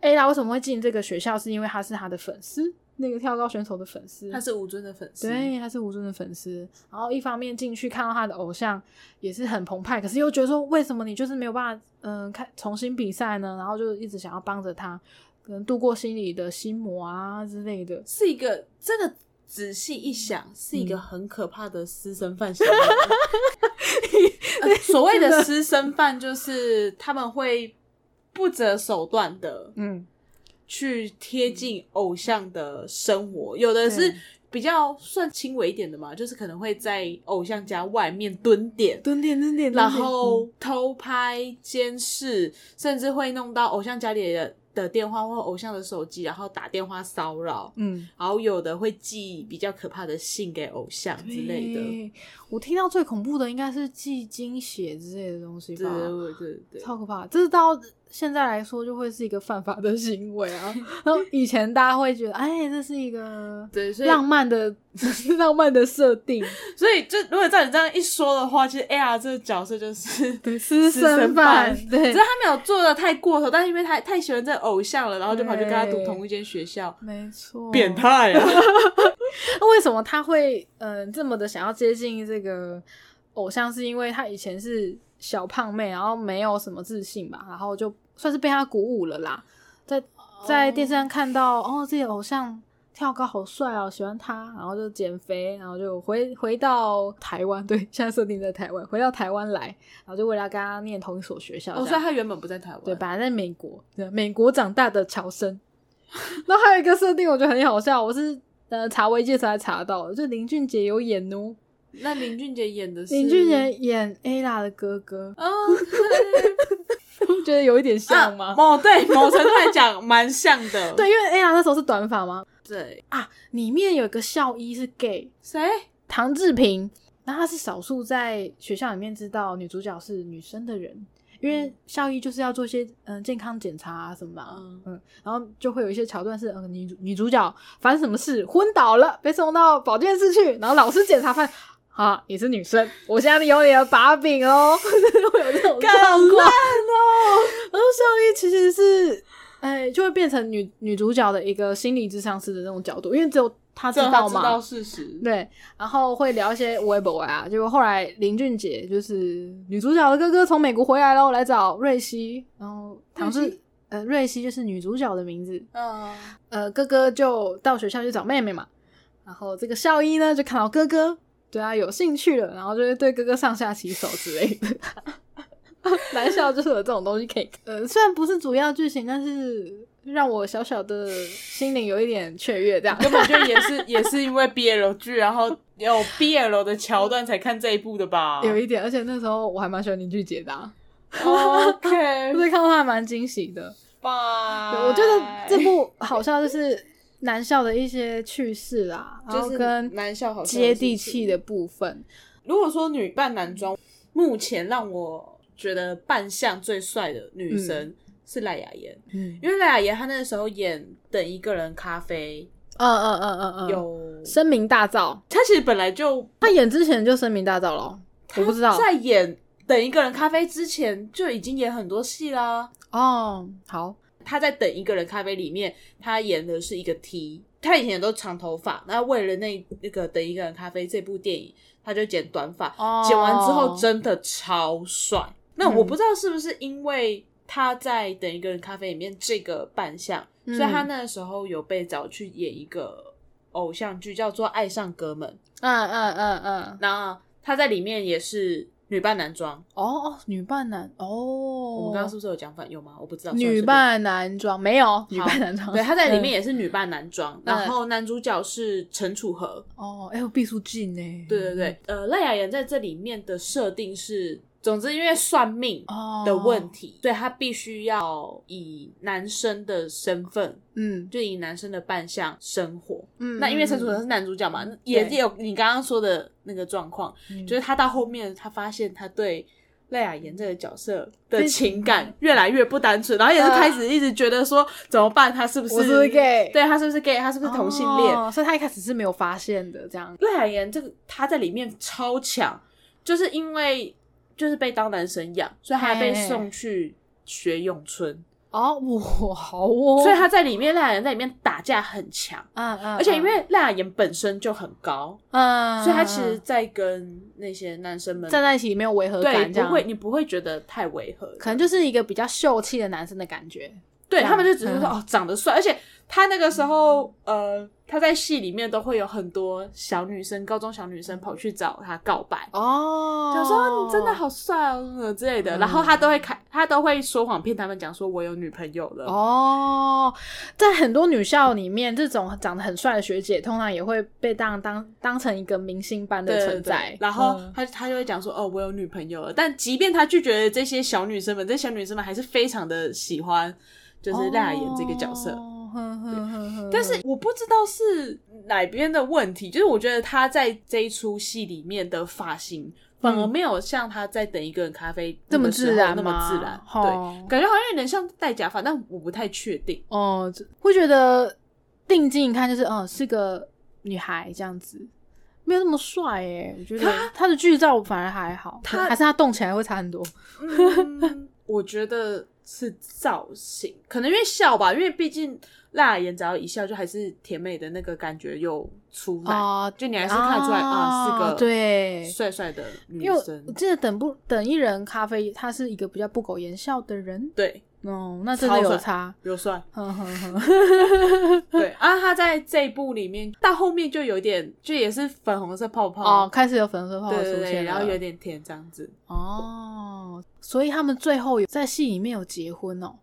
A: A 拉为什么会进这个学校，是因为他是他的粉丝，那个跳高选手的粉丝。
B: 他是吴尊的粉丝，
A: 对，他是吴尊的粉丝。然后一方面进去看到他的偶像也是很澎湃，可是又觉得说，为什么你就是没有办法，嗯，看重新比赛呢？然后就一直想要帮着他，可能度过心里的心魔啊之类的。
B: 是一个真的仔细一想，是
A: 嗯
B: 一个很可怕的私生饭行为。
A: *laughs*
B: 呃所谓的私生饭，就是他们会不择手段的
A: 嗯，
B: 去贴近偶像的生活，有的是
A: 对
B: 比较算轻微一点的嘛，就是可能会在偶像家外面蹲点。
A: 蹲点蹲点，
B: 然后偷拍、监视，甚至会弄到偶像家里的的电话或偶像的手机，然后打电话骚扰，
A: 嗯
B: 然后有的会寄比较可怕的信给偶像嗯之类的。
A: 对我听到最恐怖的应该是寄精血之类的东西
B: 对
A: 吧。
B: 对对对，
A: 超可怕！这是到现在来说就会是一个犯法的行为啊。 *laughs* 然后以前大家会觉得，哎，这是一个
B: 对所以
A: 浪漫的 *laughs* 浪漫的设定，
B: 所以就如果照你这样一说的话，其实 AR 这个角色就是
A: 对私
B: 私生
A: 生饭，对
B: 只是，他没有做的太过头，但是因为他太喜欢这个偶像了，然后就跑去跟他读
A: 对
B: 同一间学校，
A: 没错。
B: *laughs* 变！态啊！
A: 那为什么他会嗯、呃这么的想要接近这个偶像？是因为他以前是小胖妹，然后没有什么自信吧，然后就算是被他鼓舞了啦。在
B: 哦
A: 在电视上看到哦，自己的偶像跳高好帅哦，喜欢他，然后就减肥，然后就回回到台湾，对，现在设定在台湾，回到台湾来，然后就为了跟他念同一所学校， *laughs*
B: 哦，
A: 这
B: 所以
A: 样
B: 他原本不在台湾，
A: 对，？本来在美国，对，美国长大的乔生。 *laughs* 然后还有一个设定，我觉得很好笑，我是呃查维基才查到的，就林俊杰有演哦，
B: 那林俊杰演的是
A: 林俊杰演 Ella 的哥哥， *laughs*
B: 哦，对啊
A: 我觉得有一点像吗？
B: 某对某程度来讲蛮像的。
A: *laughs* 对，因为 Ella 那时候是短发嘛，
B: 对，
A: 啊，里面有一个校医是 gay，
B: 谁？
A: 唐志平，然后他是少数在学校里面知道女主角是女生的人，因为校医就是要做一些嗯、呃健康检查啊什么的啊、
B: 嗯
A: 嗯然后就会有一些桥段是嗯、呃女主女主角发生什么事昏倒了，被送到保健室去，然后老师检查发现。啊，你是女生，我现在有你的把柄哦， *laughs* 会有这种状
B: 更烂
A: 况。然后校医其实是，哎、就会变成女女主角的一个心理智商师的那种角度，因为只有她知
B: 这
A: 道
B: 他知
A: 嘛，
B: 道事实。
A: 对，然后会聊一些微博啊，结果后来林俊杰就是女主角的哥哥从美国回来喽，来找瑞希，然后唐
B: 瑞
A: 志
B: 希
A: 呃瑞希就是女主角的名字，
B: 嗯，
A: 呃哥哥就到学校去找妹妹嘛，然后这个校医呢就看到哥哥对他有兴趣了，然后就会对哥哥上下其手之类的。 *laughs* 男校就是有这种东西可以，呃，虽然不是主要剧情，但是让我小小的心灵有一点雀跃，这 *laughs* 样。
B: 根本就也是也是因为 BL 剧，然后有 BL 的桥段才看这一部的吧
A: *laughs* 有一点，而且那时候我还蛮喜欢林俊杰的、啊， *laughs*
B: OK
A: 就是看到他还蛮惊喜的。
B: 吧哎
A: 对，我觉得这部好像就是男校的一些趣事啦，然后
B: 就是
A: 跟
B: 男校好像
A: 接地气的部分。
B: 如果说女扮男装，目前让我觉得扮相最帅的女生是赖雅妍，
A: 嗯
B: 因为赖雅妍她那时候演《等一个人咖啡
A: 嗯嗯嗯嗯嗯，》
B: 有，
A: 声名大噪，
B: 她其实本来就
A: 他演之前就声名大噪了，我不知道
B: 在演《等一个人咖啡》之前就已经演很多戏啦。
A: 哦。好，
B: 她在《等一个人咖啡》里面，她演的是一个 T，她以前都长头发，那为了那那个《等一个人咖啡》这部电影，她就剪短发，
A: 哦嗯
B: 剪完之后真的超帅。那我不知道是不是因为他在《等一个人咖啡》里面这个扮相，
A: 嗯
B: 所以他那时候有被找去演一个偶像剧，叫做《爱上哥们》。
A: 嗯嗯嗯嗯，
B: 那他在里面也是女扮男装。
A: 哦哦，女扮男哦，
B: 我
A: 我
B: 们刚刚是不是有讲反？有吗？我不知道。
A: 女
B: 算了
A: 扮男装没有，女
B: 好
A: 扮男装，
B: 随便对，他在里面也是女扮男装，
A: 嗯
B: 然后男主角是陈楚河。
A: 哦，哎、我毕书尽呢？
B: 对对对，呃，赖雅妍在这里面的设定是，总之因为算命，
A: 哦
B: 的问，题，所以他必须要以男生的身份，
A: 嗯
B: 就以男生的扮相生活。
A: 嗯，
B: 那因为陈楚
A: 嗯
B: 河是男主角嘛，也
A: 对
B: 也有你刚刚说的那个状况，
A: 嗯
B: 就是他到后面他发现他对赖雅妍这个角色的情感越来越不单纯，然后也是开始一直觉得说怎么办，他是不
A: 嗯我是不是 gay
B: 对他是不是 gay，他是不是同性恋？
A: 哦所以他一开始是没有发现的，这样
B: 赖海岩这个他在里面超强，就是因为就是被当男神养，所以他还被
A: 嘿
B: 送去学咏春，
A: 哦，我好哦，
B: 所以他在里面赖海岩在里面打架很强，
A: 嗯嗯，
B: 而且因为赖海岩本身就很高，
A: 嗯，
B: 所以他其实，在跟那些男生们
A: 站在一起没有违和
B: 嗯对
A: 感，这
B: 不
A: 样
B: 会，你不会觉得太违和，
A: 可能就是一个比较秀气的男生的感觉。
B: 对
A: 这样
B: 他们就只是说、
A: 嗯
B: 哦长得帅，而且他那个时候呃他在戏里面都会有很多小女生，高中小女生跑去找他告白。
A: 嗯哦
B: 就说哦你真的好帅哦什么之类的，
A: 嗯
B: 然后他都会开，他都会说谎骗他们讲说我有女朋友了。
A: 哦，在很多女校里面，这种长得很帅的学姐，通常也会被当当当成一个明星般
B: 对
A: 的
B: 对
A: 存在
B: 对。然后
A: 嗯
B: 他他就会讲说哦，我有女朋友了。但即便他拒绝了这些小女生们，这些小女生们还是非常的喜欢，就是赖雅妍这个角色。
A: 哦哼哼哼哼
B: 但是我不知道是哪边的问题，就是我觉得他在这一出戏里面的发型反而没有像他在等一个人咖啡
A: 这嗯么
B: 那个时候
A: 自然
B: 那
A: 吗
B: 么自然，
A: 哦
B: 对，感觉好像有点像戴假发，但我不太确定。
A: 哦，这会觉得定睛一看就是，哦，是个女孩这样子，没有那么帅耶。我觉得
B: 他
A: 他的剧照我反而还好，
B: 他
A: 还是他动起来会差很多。
B: 嗯， *laughs* 我觉得是造型，可能因为笑吧，因为毕竟辣眼只要一笑，就还是甜美的那个感觉又出来，
A: 哦
B: 就你还是看出来啊、
A: 哦
B: 是个
A: 对
B: 帅帅的女
A: 因为我
B: 生
A: 我，记得等不等一人咖啡，他是一个比较不苟言笑的人。
B: 对，
A: 哦，那真的有
B: 超帅
A: 差。
B: 有帅，
A: 哼哼
B: *laughs*
A: 哼，
B: 对啊，他在这一部里面到后面就有点，就也是粉红色泡泡，
A: 哦，开始有粉色泡泡
B: 对
A: 出
B: 对对，
A: 现
B: 然后
A: 了
B: 有点甜这样子，
A: 哦，所以他们最后有在戏里面有结婚哦。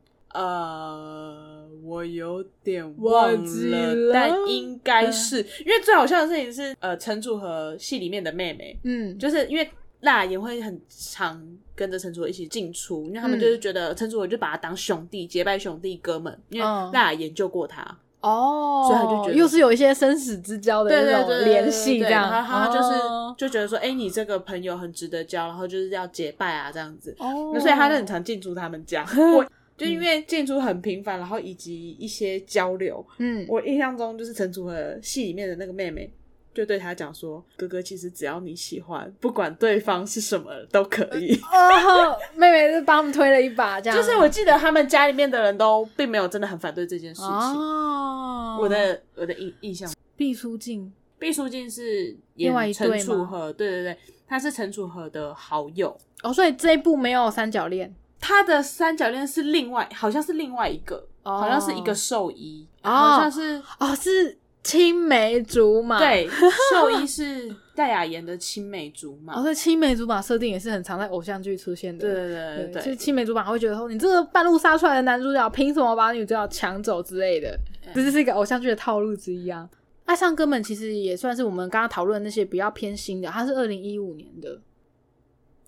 B: 呃，我有点
A: 忘记了
B: 了，
A: 嗯
B: 但应该是因为最好笑的事情是，呃，陈楚和戏里面的妹妹，
A: 嗯，
B: 就是因为辣也会很常跟着陈楚和一起进出，因为他们
A: 嗯
B: 就是觉得陈楚和就把他当兄弟，结拜兄弟哥们，因
A: 嗯
B: 为辣研究过他，
A: 哦，
B: 所以他就觉得
A: 又是有一些生死之交的
B: 对
A: 那
B: 对
A: 种
B: 对
A: 联系，这样，
B: 然后他就是、
A: 哦
B: 就觉得说，哎、你这个朋友很值得交，然后就是要结拜啊这样子，
A: 哦
B: 那所以他就很常进出他们 *laughs* 家，我就因为进出很频繁，然后以及一些交流，
A: 嗯，
B: 我印象中就是陈楚和戏里面的那个妹妹。就对他讲说：“哥哥，其实只要你喜欢，不管对方是什么都可 *laughs* 以。
A: 哦， *laughs* 妹妹是帮他们推了一把，这样
B: 就是我记得他们家里面的人都并没有真的很反对这件事情。
A: 哦，
B: 我的我的印印象，
A: 毕书尽
B: 毕书尽是
A: 另外
B: 演
A: 一对吗
B: 陈楚和，对对对，他是陈楚和的好友。
A: 哦，所以这一部没有三角恋
B: 他的三角恋是另外，好像是另外一个，
A: 哦
B: 好像是一个兽医，
A: 哦
B: 好像是
A: 哦，是青梅竹马，， *laughs*
B: 对，兽医是戴雅妍的青梅竹马。
A: 哦，所以青梅竹马设定也是很常在偶像剧出现的，
B: 对对对
A: 就是
B: 对对，
A: 青梅竹马会觉得说，你这个半路杀出来的男主角，凭什么把女主角抢走之类的，这就是一个偶像剧的套路之一啊。爱上哥们其实也算是我们刚刚讨论的那些比较偏新的，它是二零一五年的。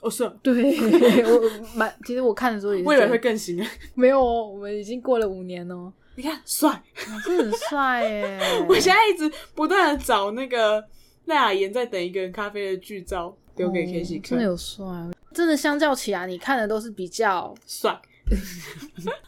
B: 哦是哦，
A: 对，我蛮其实我看的时候也是
B: 我以为
A: 觉
B: 会
A: 得
B: 更新， *laughs*
A: 没有哦，我们已经过了五年哦，
B: 你看帅，！
A: 哇这很帅 *laughs* 耶
B: 我现在一直不断的找那个戴雅妍在等一个人咖啡的剧照，留给
A: 哦
B: K C
A: 真的
B: 看，
A: 有帅，哦真的相较起来，你看的都是比较
B: 帅。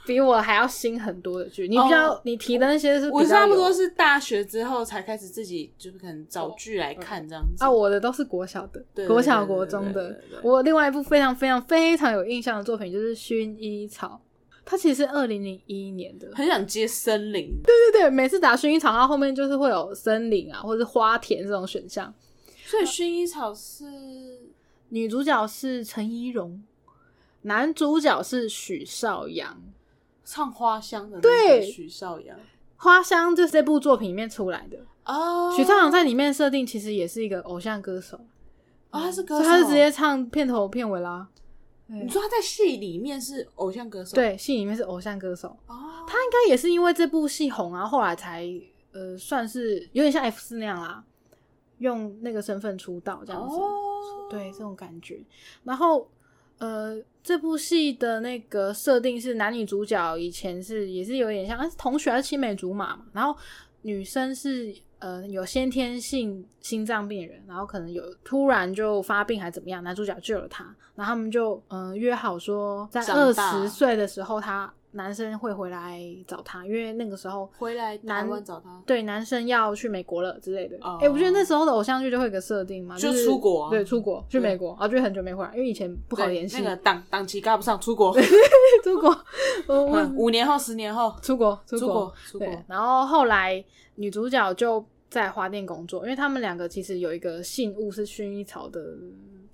A: 比我还要新很多的剧，你比较、你提的那些是比较
B: 哦我差不
A: 有
B: 多是大学之后才开始自己就是可能找剧来看这样子
A: 啊，我的都是国小的，
B: 对对
A: 国小
B: 对对
A: 国
B: 对
A: 中
B: 对
A: 的
B: 对对。对
A: 我另外一部非常非常非常有印象的作品就是《薰衣草》，它其实是二零零一年的。对
B: 很想接森林，
A: 对对，每次打薰衣草，它后面就是会有森林啊，或者是花田这种选项。
B: 所以薰衣草是
A: 女主角是陈怡蓉，男主角是许绍洋。
B: 唱花香的那
A: 对
B: 个许绍洋
A: 花香就是这部作品里面出来的，
B: 哦
A: 许绍洋在里面设定其实也是一个偶像歌手，嗯
B: 哦，他是
A: 所
B: 歌手，嗯
A: 以他是直接唱片头片尾啦。
B: 你说他在戏里面是偶像歌手，
A: 对，戏里面是偶像歌手，
B: 哦，
A: 他应该也是因为这部戏红啊，后来才呃算是有点像 F 四那样啦，用那个身份出道这样子，
B: 哦
A: 对这种感觉。然后呃，这部戏的那个设定是男女主角以前是也是有点像，啊、是同学还是青梅竹马嘛，然后女生是呃有先天性心脏病人，然后可能有突然就发病还怎么样，男主角救了他，然后他们就嗯、呃约好说在二
B: 长大
A: 十岁的时候他。男生会回来找他，因为那个时候
B: 回来台
A: 男
B: 湾找他，
A: 对，男生要去美国了之类的。哎、
B: 哦
A: 我觉得那时候的偶像剧就会有一个设定嘛，
B: 就是出国啊
A: 对，出国去
B: 对
A: 美国，啊，就很久没回来，因为以前不好
B: 对
A: 联系。
B: 那个档档期赶不上，出国，
A: *laughs* 出国，我我、
B: *laughs* 嗯五年后、十年后，
A: 出国，出
B: 出国，出
A: 对
B: 国，，
A: 然后后来女主角就在花店工作，因为他们两个其实有一个信物是薰衣草的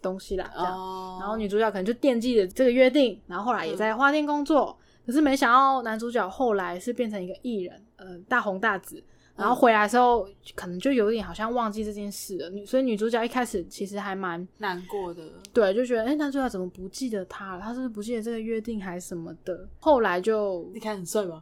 A: 东西啦，这样。
B: 哦，
A: 然后女主角可能就惦记着这个约定，然后后来也在花店工作。可是没想到男主角后来是变成一个艺人，呃，大红大紫。然后回来的时候，可能就有点好像忘记这件事了。女所以女主角一开始其实还蛮
B: 难过的，
A: 对，就觉得哎，诶男主角怎么不记得他了？他是不是不记得这个约定还是什么的？后来 *laughs* 就
B: 你看很帅吧？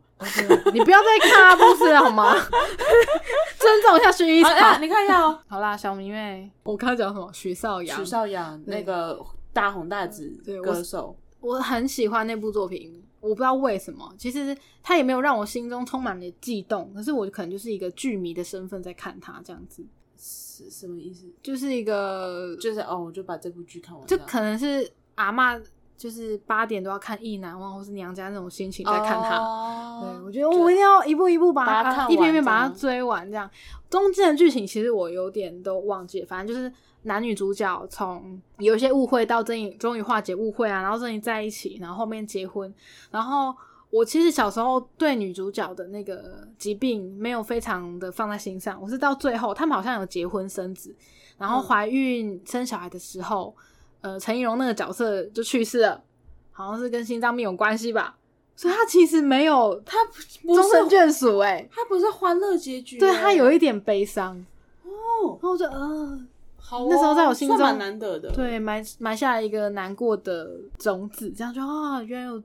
A: 你不要再看阿布斯了好 *laughs* 吗？尊重一下薰衣
B: 好，啊
A: *laughs* 草。
B: 你看一下哦，
A: 好啦，小迷妹，我刚刚讲什么？许绍洋
B: 许绍洋
A: 对嗯
B: 那个大红大紫
A: 对我
B: 歌手，
A: 我很喜欢那部作品，我不知道为什么，其实它也没有让我心中充满了悸动，可是我可能就是一个剧迷的身份在看它，这样子，
B: 是什么意思？
A: 就是一个
B: 就是哦，我就把这部剧看完这
A: 就
B: 样，
A: 可能是阿嬷就是八点都要看《意难忘》或是《娘家》那种心情在看它。
B: 哦
A: 对，我觉得我一定要一步一步把
B: 把
A: 它
B: 它看完
A: 一篇一篇把
B: 这
A: 它
B: 样
A: 追完，这样中间的剧情其实我有点都忘记了，反正就是男女主角从有一些误会到终于终于化解误会啊，然后终于在一起，然后后面结婚，然后。我其实小时候对女主角的那个疾病没有非常的放在心上，我是到最后他们好像有结婚生子，然后
B: 嗯
A: 怀孕生小孩的时候，呃，陈怡蓉那个角色就去世了，好像是跟心脏病有关系吧，所以她其实没有
B: 他不
A: 终身
B: 是
A: 眷属哎、
B: 他不是欢乐结局欸，
A: 对他有一点悲伤，
B: 哦
A: 然，后我就呃，
B: 好哦，
A: 那时候在我心中
B: 算蛮难得的，
A: 对，埋埋下了一个难过的种子，这样就啊，原来有，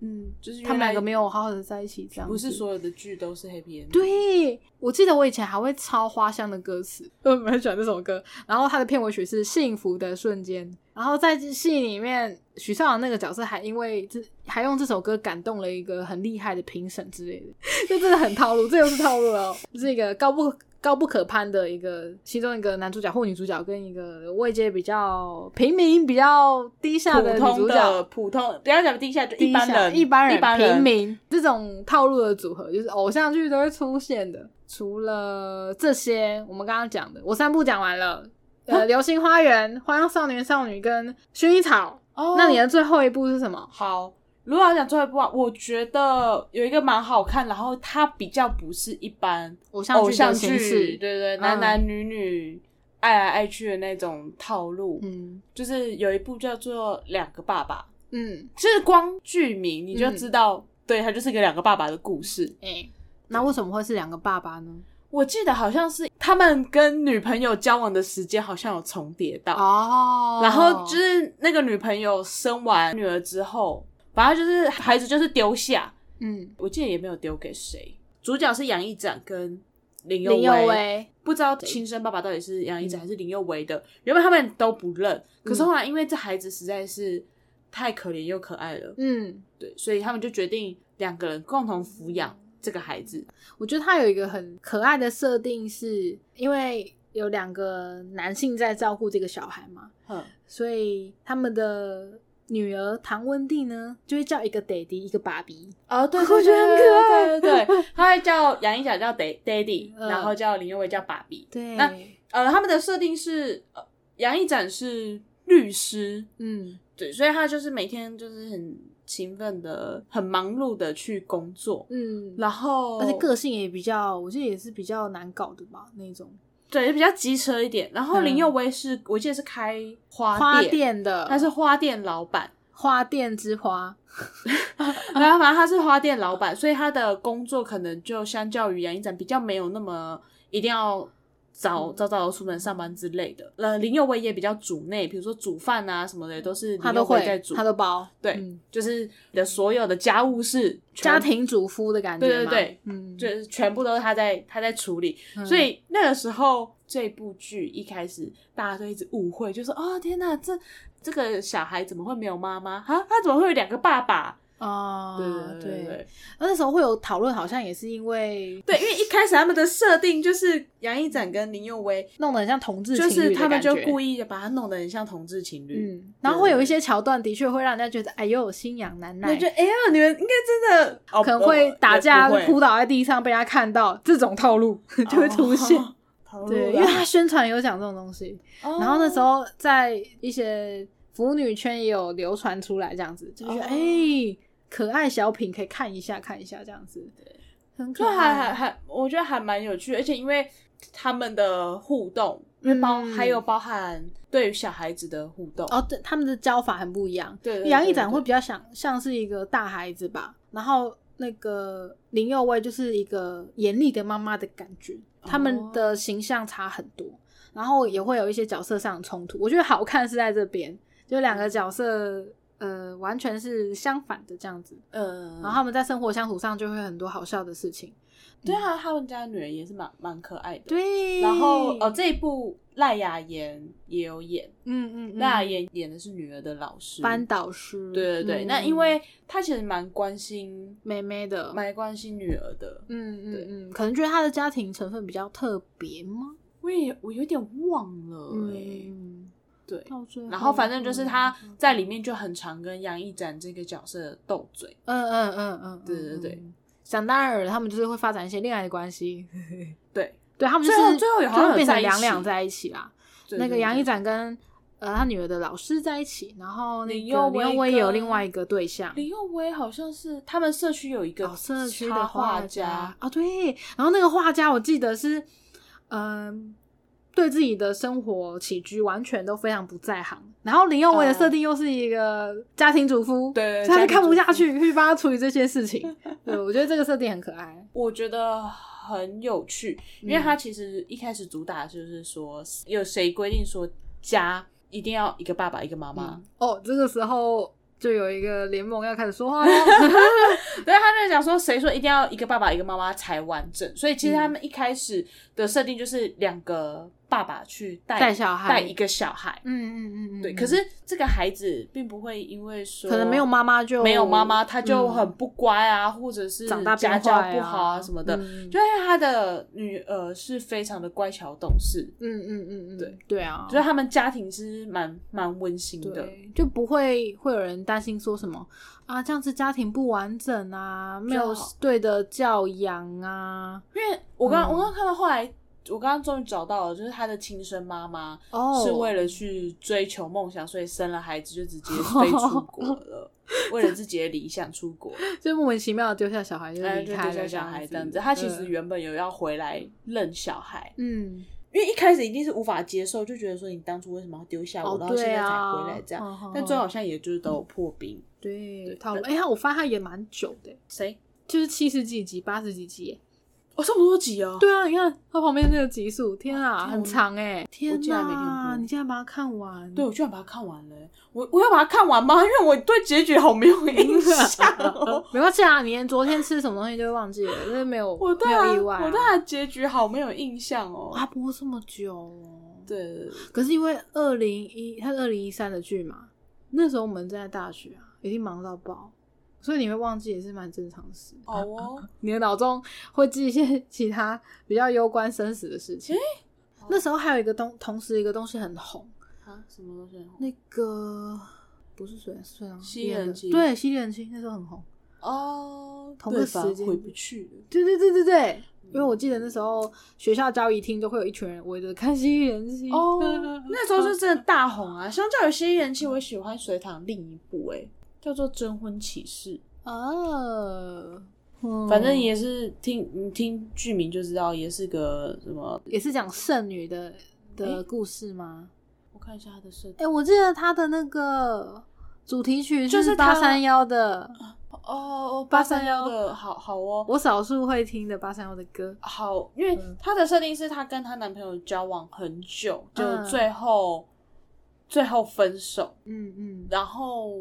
A: 嗯，
B: 就是
A: 他们两个没
B: 有，
A: 有好好的在一起，这样
B: 不是
A: 子
B: 所有的剧都是 happy ending，
A: 对，我记得我以前还会抄花香的歌词，我蛮喜欢这首歌。然后它的片尾曲是《幸福的瞬间》，然后在戏里面，许绍洋那个角色还因为这还用这首歌感动了一个很厉害的评审之类的， *laughs* 就真的很套路，这又是套路了哦，就是一个高不。高不可攀的一个，其中一个男主角或女主角跟一个位阶比较平民、比较低下的
B: 普
A: 女
B: 通
A: 主角，
B: 的普通，不要讲地下，就
A: 低
B: 一般
A: 下
B: 人，
A: 一般人、
B: 一般
A: 平
B: 人，
A: 民这种套路的组合，就是哦偶像剧都会出现的。除了这些，我们刚刚讲的，我三部讲完了。呃，《流星花园》《花样少年少女》跟《薰衣草》
B: 哦
A: 那你的最后一部是什么？
B: 好，如果要讲最后一部啊，我觉得有一个蛮好看，然后它比较不是一般
A: 偶像
B: 偶
A: 剧的
B: 像
A: 形
B: 剧，对
A: 式，
B: 对，
A: 嗯
B: 男男女女爱来爱去的那种套路，
A: 嗯
B: 就是有一部叫做《两个爸爸
A: 嗯，》，
B: 其实光剧名你就知道，对，它就是一个两个爸爸的故事。
A: 哎、那为什么会是两个爸爸呢？
B: 我记得好像是他们跟女朋友交往的时间好像有重叠到，
A: 哦
B: 然后就是那个女朋友生完女儿之后，反正就是孩子就是丢下，
A: 嗯，
B: 我记得也没有丢给谁。主角是杨一展跟林
A: 林
B: 佑
A: 佑
B: 威，
A: 威，
B: 不知道亲生爸爸到底是杨
A: 嗯
B: 一展还是林佑威的。原本他们都不认，可是后来因为这孩子实在是太可怜又可爱了，
A: 嗯，
B: 对，所以他们就决定两个人共同抚养这个孩子。
A: 我觉得它有一个很可爱的设定是，因为有两个男性在照顾这个小孩嘛，
B: 哼，
A: 所以他们的女儿唐温蒂呢，就会叫一个 daddy 一个爸比。
B: 哦，对
A: 我觉得很可爱
B: 对对对，
A: *laughs*
B: 他会叫杨一展叫 Dad- Daddy，
A: 嗯
B: 然后叫林佑威叫爸比。
A: 对
B: 那呃，他们的设定是，呃杨一展是律师，
A: 嗯
B: 对，所以他就是每天就是很勤奋的、很忙碌的去工作，
A: 嗯，
B: 然后
A: 而且个性也比较，我记得也是比较难搞的吧，那种
B: 对比较机车一点。然后
A: 嗯
B: 林佑威是、我记得是开花
A: 花
B: 店，
A: 店的，
B: 他是花店老板，
A: 花店之花。
B: 然后反正他是花店老板，所以他的工作可能就相较于杨一展比较没有那么一定要。早
A: 嗯
B: 早早地出门上班之类的，呃，林佑威也比较主内，比如说煮饭啊什么的，也都是林
A: 他
B: 佑
A: 都
B: 威在
A: 会
B: 煮，，
A: 他都包，
B: 对
A: 嗯
B: 就是你的所有的家务事，全
A: 家庭主夫的感觉
B: 对对
A: 嘛，
B: 对
A: 嗯，
B: 就是全部都是他在他在处理，
A: 嗯
B: 所以那个时候这部剧一开始大家都一直误会，就说哦天哪，这这个小孩怎么会没有妈妈啊？他怎么会有两个爸爸？
A: 哦，
B: 对对
A: 对
B: 对
A: 那时候会有讨论，好像也是因为
B: 对，因为一开始他们的设定就是杨一展跟林佑威，
A: 弄得很像同志情
B: 就
A: 侣的
B: 是他们就
A: 感觉
B: 故意把它弄得很像同志情侣。
A: 嗯，然后会有一些桥段，的确会让人家觉得哎呦心痒难耐
B: 那，就哎呀，你们应该真的哦
A: 可能会打架
B: 不会
A: 扑倒在地上被人家看到，这种套路 *laughs* 就会出现。
B: 哦投入
A: 对，
B: 了
A: 因为他宣传有讲这种东西，
B: 哦
A: 然后那时候在一些腐女圈也有流传出来，这样子就是
B: 哦
A: 哎、可爱小品可以看一下看一下这样子，很可
B: 就还还
A: 爱。
B: 还，我觉得还蛮有趣的，而且因为他们的互动，因为包、
A: 嗯
B: 还有包含对于小孩子的互动，
A: 哦，对，他们的教法很不一样。
B: 对对对
A: 杨一展会比较想像是一个大孩子吧，然后那个林佑威就是一个严厉的妈妈的感觉，他
B: 哦
A: 们的形象差很多，然后也会有一些角色上的冲突。我觉得好看是在这边，就两个角色呃完全是相反的这样子，
B: 嗯，
A: 然后他们在生活相处上就会很多好笑的事情。
B: 对啊，他们家的女人也是蛮蛮可爱的。，
A: 对，
B: 然后哦，这一部赖雅妍也有演，
A: 嗯嗯嗯，
B: 赖雅妍演的是女儿的老师
A: 班。导师，
B: 对对对，
A: 嗯
B: 那因为她其实蛮关心，
A: 妹妹的
B: 蛮关心女儿的。
A: 嗯
B: 对
A: 嗯嗯，可能觉得他的家庭成分比较特别吗？
B: 我也我有点忘了哎、
A: 嗯，
B: 对。
A: 到最后，嗯
B: 然后反正就是她在里面就很常跟杨一展这个角色斗嘴，
A: 嗯，嗯嗯嗯嗯，
B: 对对对
A: 嗯。想当然尔，他们就是会发展一些恋爱的关系， *laughs*
B: 对，
A: 对他们就
B: 最后
A: 是
B: 最后也好像
A: 就
B: 有
A: 变
B: 在
A: 成
B: 一
A: 两两
B: 起
A: 在一起啦。
B: 对
A: 那个杨一，
B: 对
A: 展跟呃他女儿的老师在一起，然后那个
B: 林佑
A: 林佑
B: 威
A: 威也有
B: 跟
A: 另外一个对象
B: 对，林佑威好像是他们社区有一个
A: 哦，社区
B: 插
A: 的
B: 画
A: 家，啊、对，然后那个画家我记得是，嗯、对自己的生活起居完全都非常不在行。然后林佑威的设
B: 嗯
A: 定又是一个家庭主妇，
B: 对
A: 所以他
B: 家
A: 就
B: 庭
A: 看不
B: 主
A: 下
B: 妇
A: 去，去帮他处理这些事情。对，我觉得这个设定很可爱。
B: *laughs* 我觉得很有趣，因为
A: 嗯
B: 他其实一开始主打就是说，有谁规定说家一定要一个爸爸一个妈妈？
A: 哦，这个时候就有一个联盟要开始说话喽。
B: 对，他就讲说，谁说一定要一个爸爸一个妈妈才完整？所以其实他
A: 嗯
B: 们一开始的设定就是两个爸爸去 *laughs* 带
A: 带小孩
B: 带一个小孩。
A: 嗯嗯嗯嗯，
B: 对，
A: 嗯
B: 可是这个孩子并不会因为说
A: 可能没有妈妈就
B: 没有妈妈，他就
A: 嗯
B: 很不乖啊，或者是
A: 长大变
B: 家教
A: 坏
B: 不好
A: 啊
B: 什么的。
A: 嗯
B: 就因为他的女儿是非常的乖巧懂事，
A: 嗯嗯嗯嗯，
B: 对
A: 对啊，
B: 就是他们家庭其实蛮蛮温馨的。
A: 对，就不会会有人担心说什么啊，这样子家庭不完整啊，没有
B: 好
A: 对的教养啊。
B: 因为我刚、
A: 嗯
B: 我刚刚看到后来，我刚刚终于找到了，就是他的亲生妈妈
A: 哦，
B: 是为了去追求梦想，所以生了孩子就直接飞出国
A: *laughs*
B: 了，为了自己的理想出国，
A: *laughs* 就莫名其妙地丢下小孩就
B: 然后
A: 离
B: 哎就
A: 开
B: 留
A: 了
B: 下小孩这样子。他其实原本有要回来认小孩，
A: 嗯，
B: 因为一开始一定是无法接受，就觉得说你当初为什么要丢下嗯我，
A: 哦
B: 然后现
A: 对
B: 在才
A: 啊，
B: 回来这样。
A: 样
B: 但最后好像也就是都有破冰，
A: 对
B: 对
A: 套路，哎、他我发现他也蛮久的，
B: 谁？
A: 就是七十几集、八十几集耶。
B: 哦，这么多集哦。
A: 对啊，你看他旁边那个集数，天啊，
B: 天啊
A: 很长哎、天
B: 竟然没看
A: 哪，
B: 过
A: 你竟然把它看完？
B: 对，我居然把它看完了欸。我我要把它看完吗？因为我对结局好没有印象哦。
A: *laughs*
B: *laughs*
A: 没关系啊，你连昨天吃什么东西就会忘记了，就是没有
B: 我对
A: 没
B: 啊
A: 有意外啊、啊
B: 我对它的结局好没有印象哦。
A: 哇，播这么久、哦，
B: 对对对
A: 可是因为二零一，它是二零一三的剧嘛，那时候我们正在大学啊，已经忙到爆，所以你会忘记也是蛮正常的事。
B: 好哦，
A: 你的脑中会记一些 *laughs* 其他比较攸关生死的事情。那时候还有一个东，同时一个东西很红，
B: 啊，什么东西？
A: 那个不是水水啊，
B: 吸人
A: 青，
B: 机
A: 对，吸人青那时候很红。
B: 哦，
A: 同个
B: 对吧
A: 时间
B: 回不去了。
A: *laughs* 对对对对对，因为我记得那时候学校交谊厅就会有一群人围着看吸人青。
B: 哦，
A: *laughs*
B: 那时候就真的大红啊！相较于《新人气》，我喜欢隋唐另一部、欸，叫做《征婚启事
A: 哦，》，
B: 反正也是听你听剧名就知道，也是个什么。
A: 也是讲剩女的的故事吗？
B: 我看一下它的设定
A: 哎、我记得他的那个主题曲
B: 就是是
A: 八
B: 他
A: 三幺的，
B: 哦，八三
A: 831
B: 幺的好好哦，
A: 我少数会听的八三幺的歌。
B: 好，因为
A: 嗯
B: 她的设定是她跟她男朋友交往很久，就
A: 嗯
B: 最后、最后分手，
A: 嗯嗯
B: 然后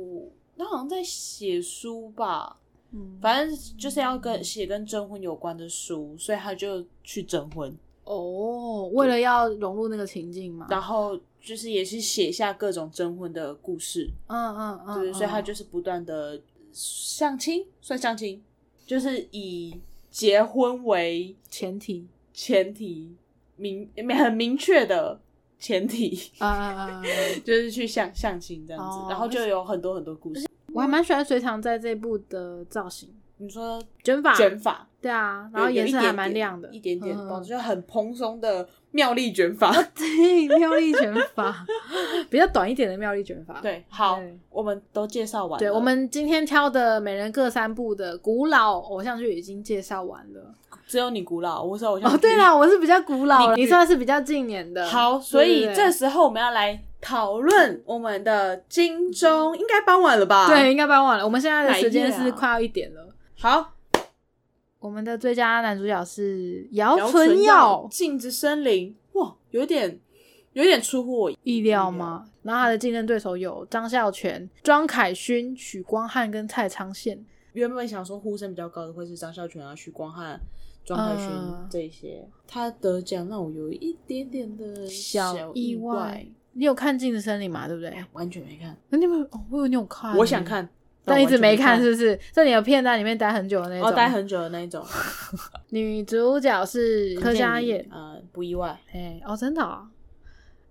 B: 她好像在写书吧，
A: 嗯，
B: 反正就是要跟写跟征婚有关的书，所以她就去征婚，
A: 哦，为了要融入那个情境嘛。
B: 然后就是也是写下各种征婚的故事，
A: 嗯嗯嗯，
B: 对，
A: 嗯
B: 所以她就是不断的相亲算相亲，就是以结婚为
A: 前提
B: 前提，明很明确的前提， *laughs*
A: 啊啊啊 *laughs* 啊！啊
B: 就是去相相亲这样子，
A: 哦
B: 然后就有很多很多故事。
A: 我还蛮喜欢隋唐在这部的造型，
B: 你说
A: 卷发，
B: 卷发，
A: 对啊，然后
B: 有有
A: 颜
B: 一
A: 色还
B: 点
A: 蛮
B: 点
A: 亮的，
B: 一点点
A: 嗯
B: 光，就很蓬松的妙丽卷发。
A: *laughs* 对，妙丽卷发， *laughs* 比较短一点的妙丽卷发。
B: 对，好
A: 对，
B: 我们都介绍完了。
A: 对，我们今天挑的每人各三部的古老偶像剧已经介绍完了。
B: 只有你古老，我是偶像
A: 哦，
B: 剧。
A: 对啦，我是比较古老了，
B: 嗯你
A: 你算是比较近年的。
B: 好，所以
A: 对对
B: 这时候我们要来讨论我们的金钟，应该傍晚了吧？
A: 对，，应该傍晚了。我们现在的时间
B: 哪一页
A: 是
B: 啊
A: 快要一点了。
B: 好，
A: 我们的最佳男主角是姚
B: 姚
A: 纯
B: 耀
A: 耀
B: 《，镜之森林》哇，有点有点出乎我意。
A: 意料吗？然后他的竞争对手有张孝全、庄凯勋、许光汉跟蔡昌宪。
B: 原本想说呼声比较高的会是张孝全啊、许光汉、庄凯勋
A: 嗯
B: 这一些，他得奖让我有一点点的
A: 小
B: 意
A: 意外，你有看《镜子森林》嘛？对不对？
B: 完全没看。
A: 那你们哦，我有你有看，
B: 我想，看，
A: 但一直没看，
B: 完全
A: 是不是？在你的片段里面待很久的那
B: 没
A: 种。
B: 看哦，待很久的那一种。
A: 女主角是柯佳燕，
B: 呃，不意外，
A: 哎、哦，真的、啊？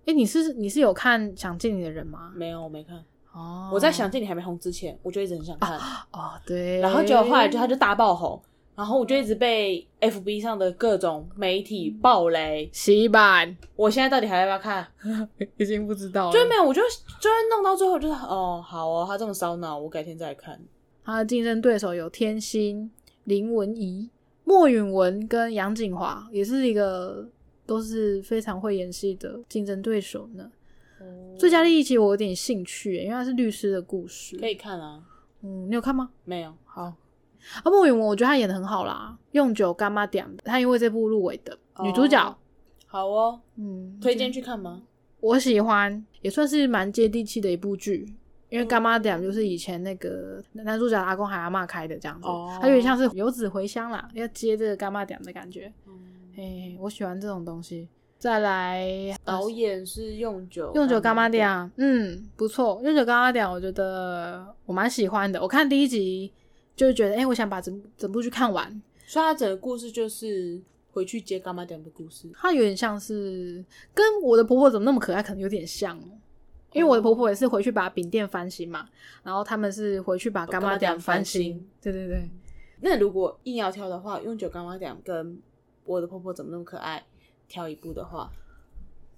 A: 哎、你是你是有看《想见你的人》吗？
B: 没有，我没看。
A: 哦，
B: 我在想，见你还没红之前，我就一直很想看。
A: 哦，对，
B: 然后结果后来就他就大爆红，然后我就一直被 FB 上的各种媒体爆雷。
A: 洗
B: *laughs*
A: 版，
B: 我现在到底还要不要看？
A: 已经不知道了。
B: 就是没有，我就就会弄到最后，就是哦，好哦，他这么烧脑，我改天再看。
A: 他的竞争对手有天心、林文怡、莫允文跟杨景华，也是一个都是非常会演戏的竞争对手呢。
B: 哦
A: 最佳利益其实我有点兴趣，因为它是律师的故事。
B: 可以看啊，
A: 嗯，你有看吗？
B: 没有好，
A: 啊，莫允文我觉得她演的很好啦，用酒干妈点，她因为这部入围的女主角，
B: 哦好哦，
A: 嗯，
B: 推荐去看吗？
A: 我喜欢，也算是蛮接地气的一部剧。因为
B: 嗯
A: 干妈点就是以前那个男主角的阿公还阿嬷开的这样子，
B: 哦
A: 它有点像是游子回乡啦，要接这个干妈点的感觉。
B: 嗯
A: 哎、我喜欢这种东西。再来，
B: 导演是用酒
A: 用酒干妈店，啊，嗯，不错。用酒干妈店，我觉得我蛮喜欢的。我看第一集就觉得，哎、我想把整整部剧看完。
B: 所以他整个故事就是回去接干妈点的故事。
A: 它有点像是跟我的婆婆怎么那么可爱，可能有点像哦。因为我的婆婆也是回去把饼店翻新嘛，然后他们是回去把干妈店翻
B: 干妈
A: 新
B: 店。
A: 对对对，
B: 那如果硬要挑的话，用酒干妈点跟我的婆婆怎么那么可爱挑一部的话，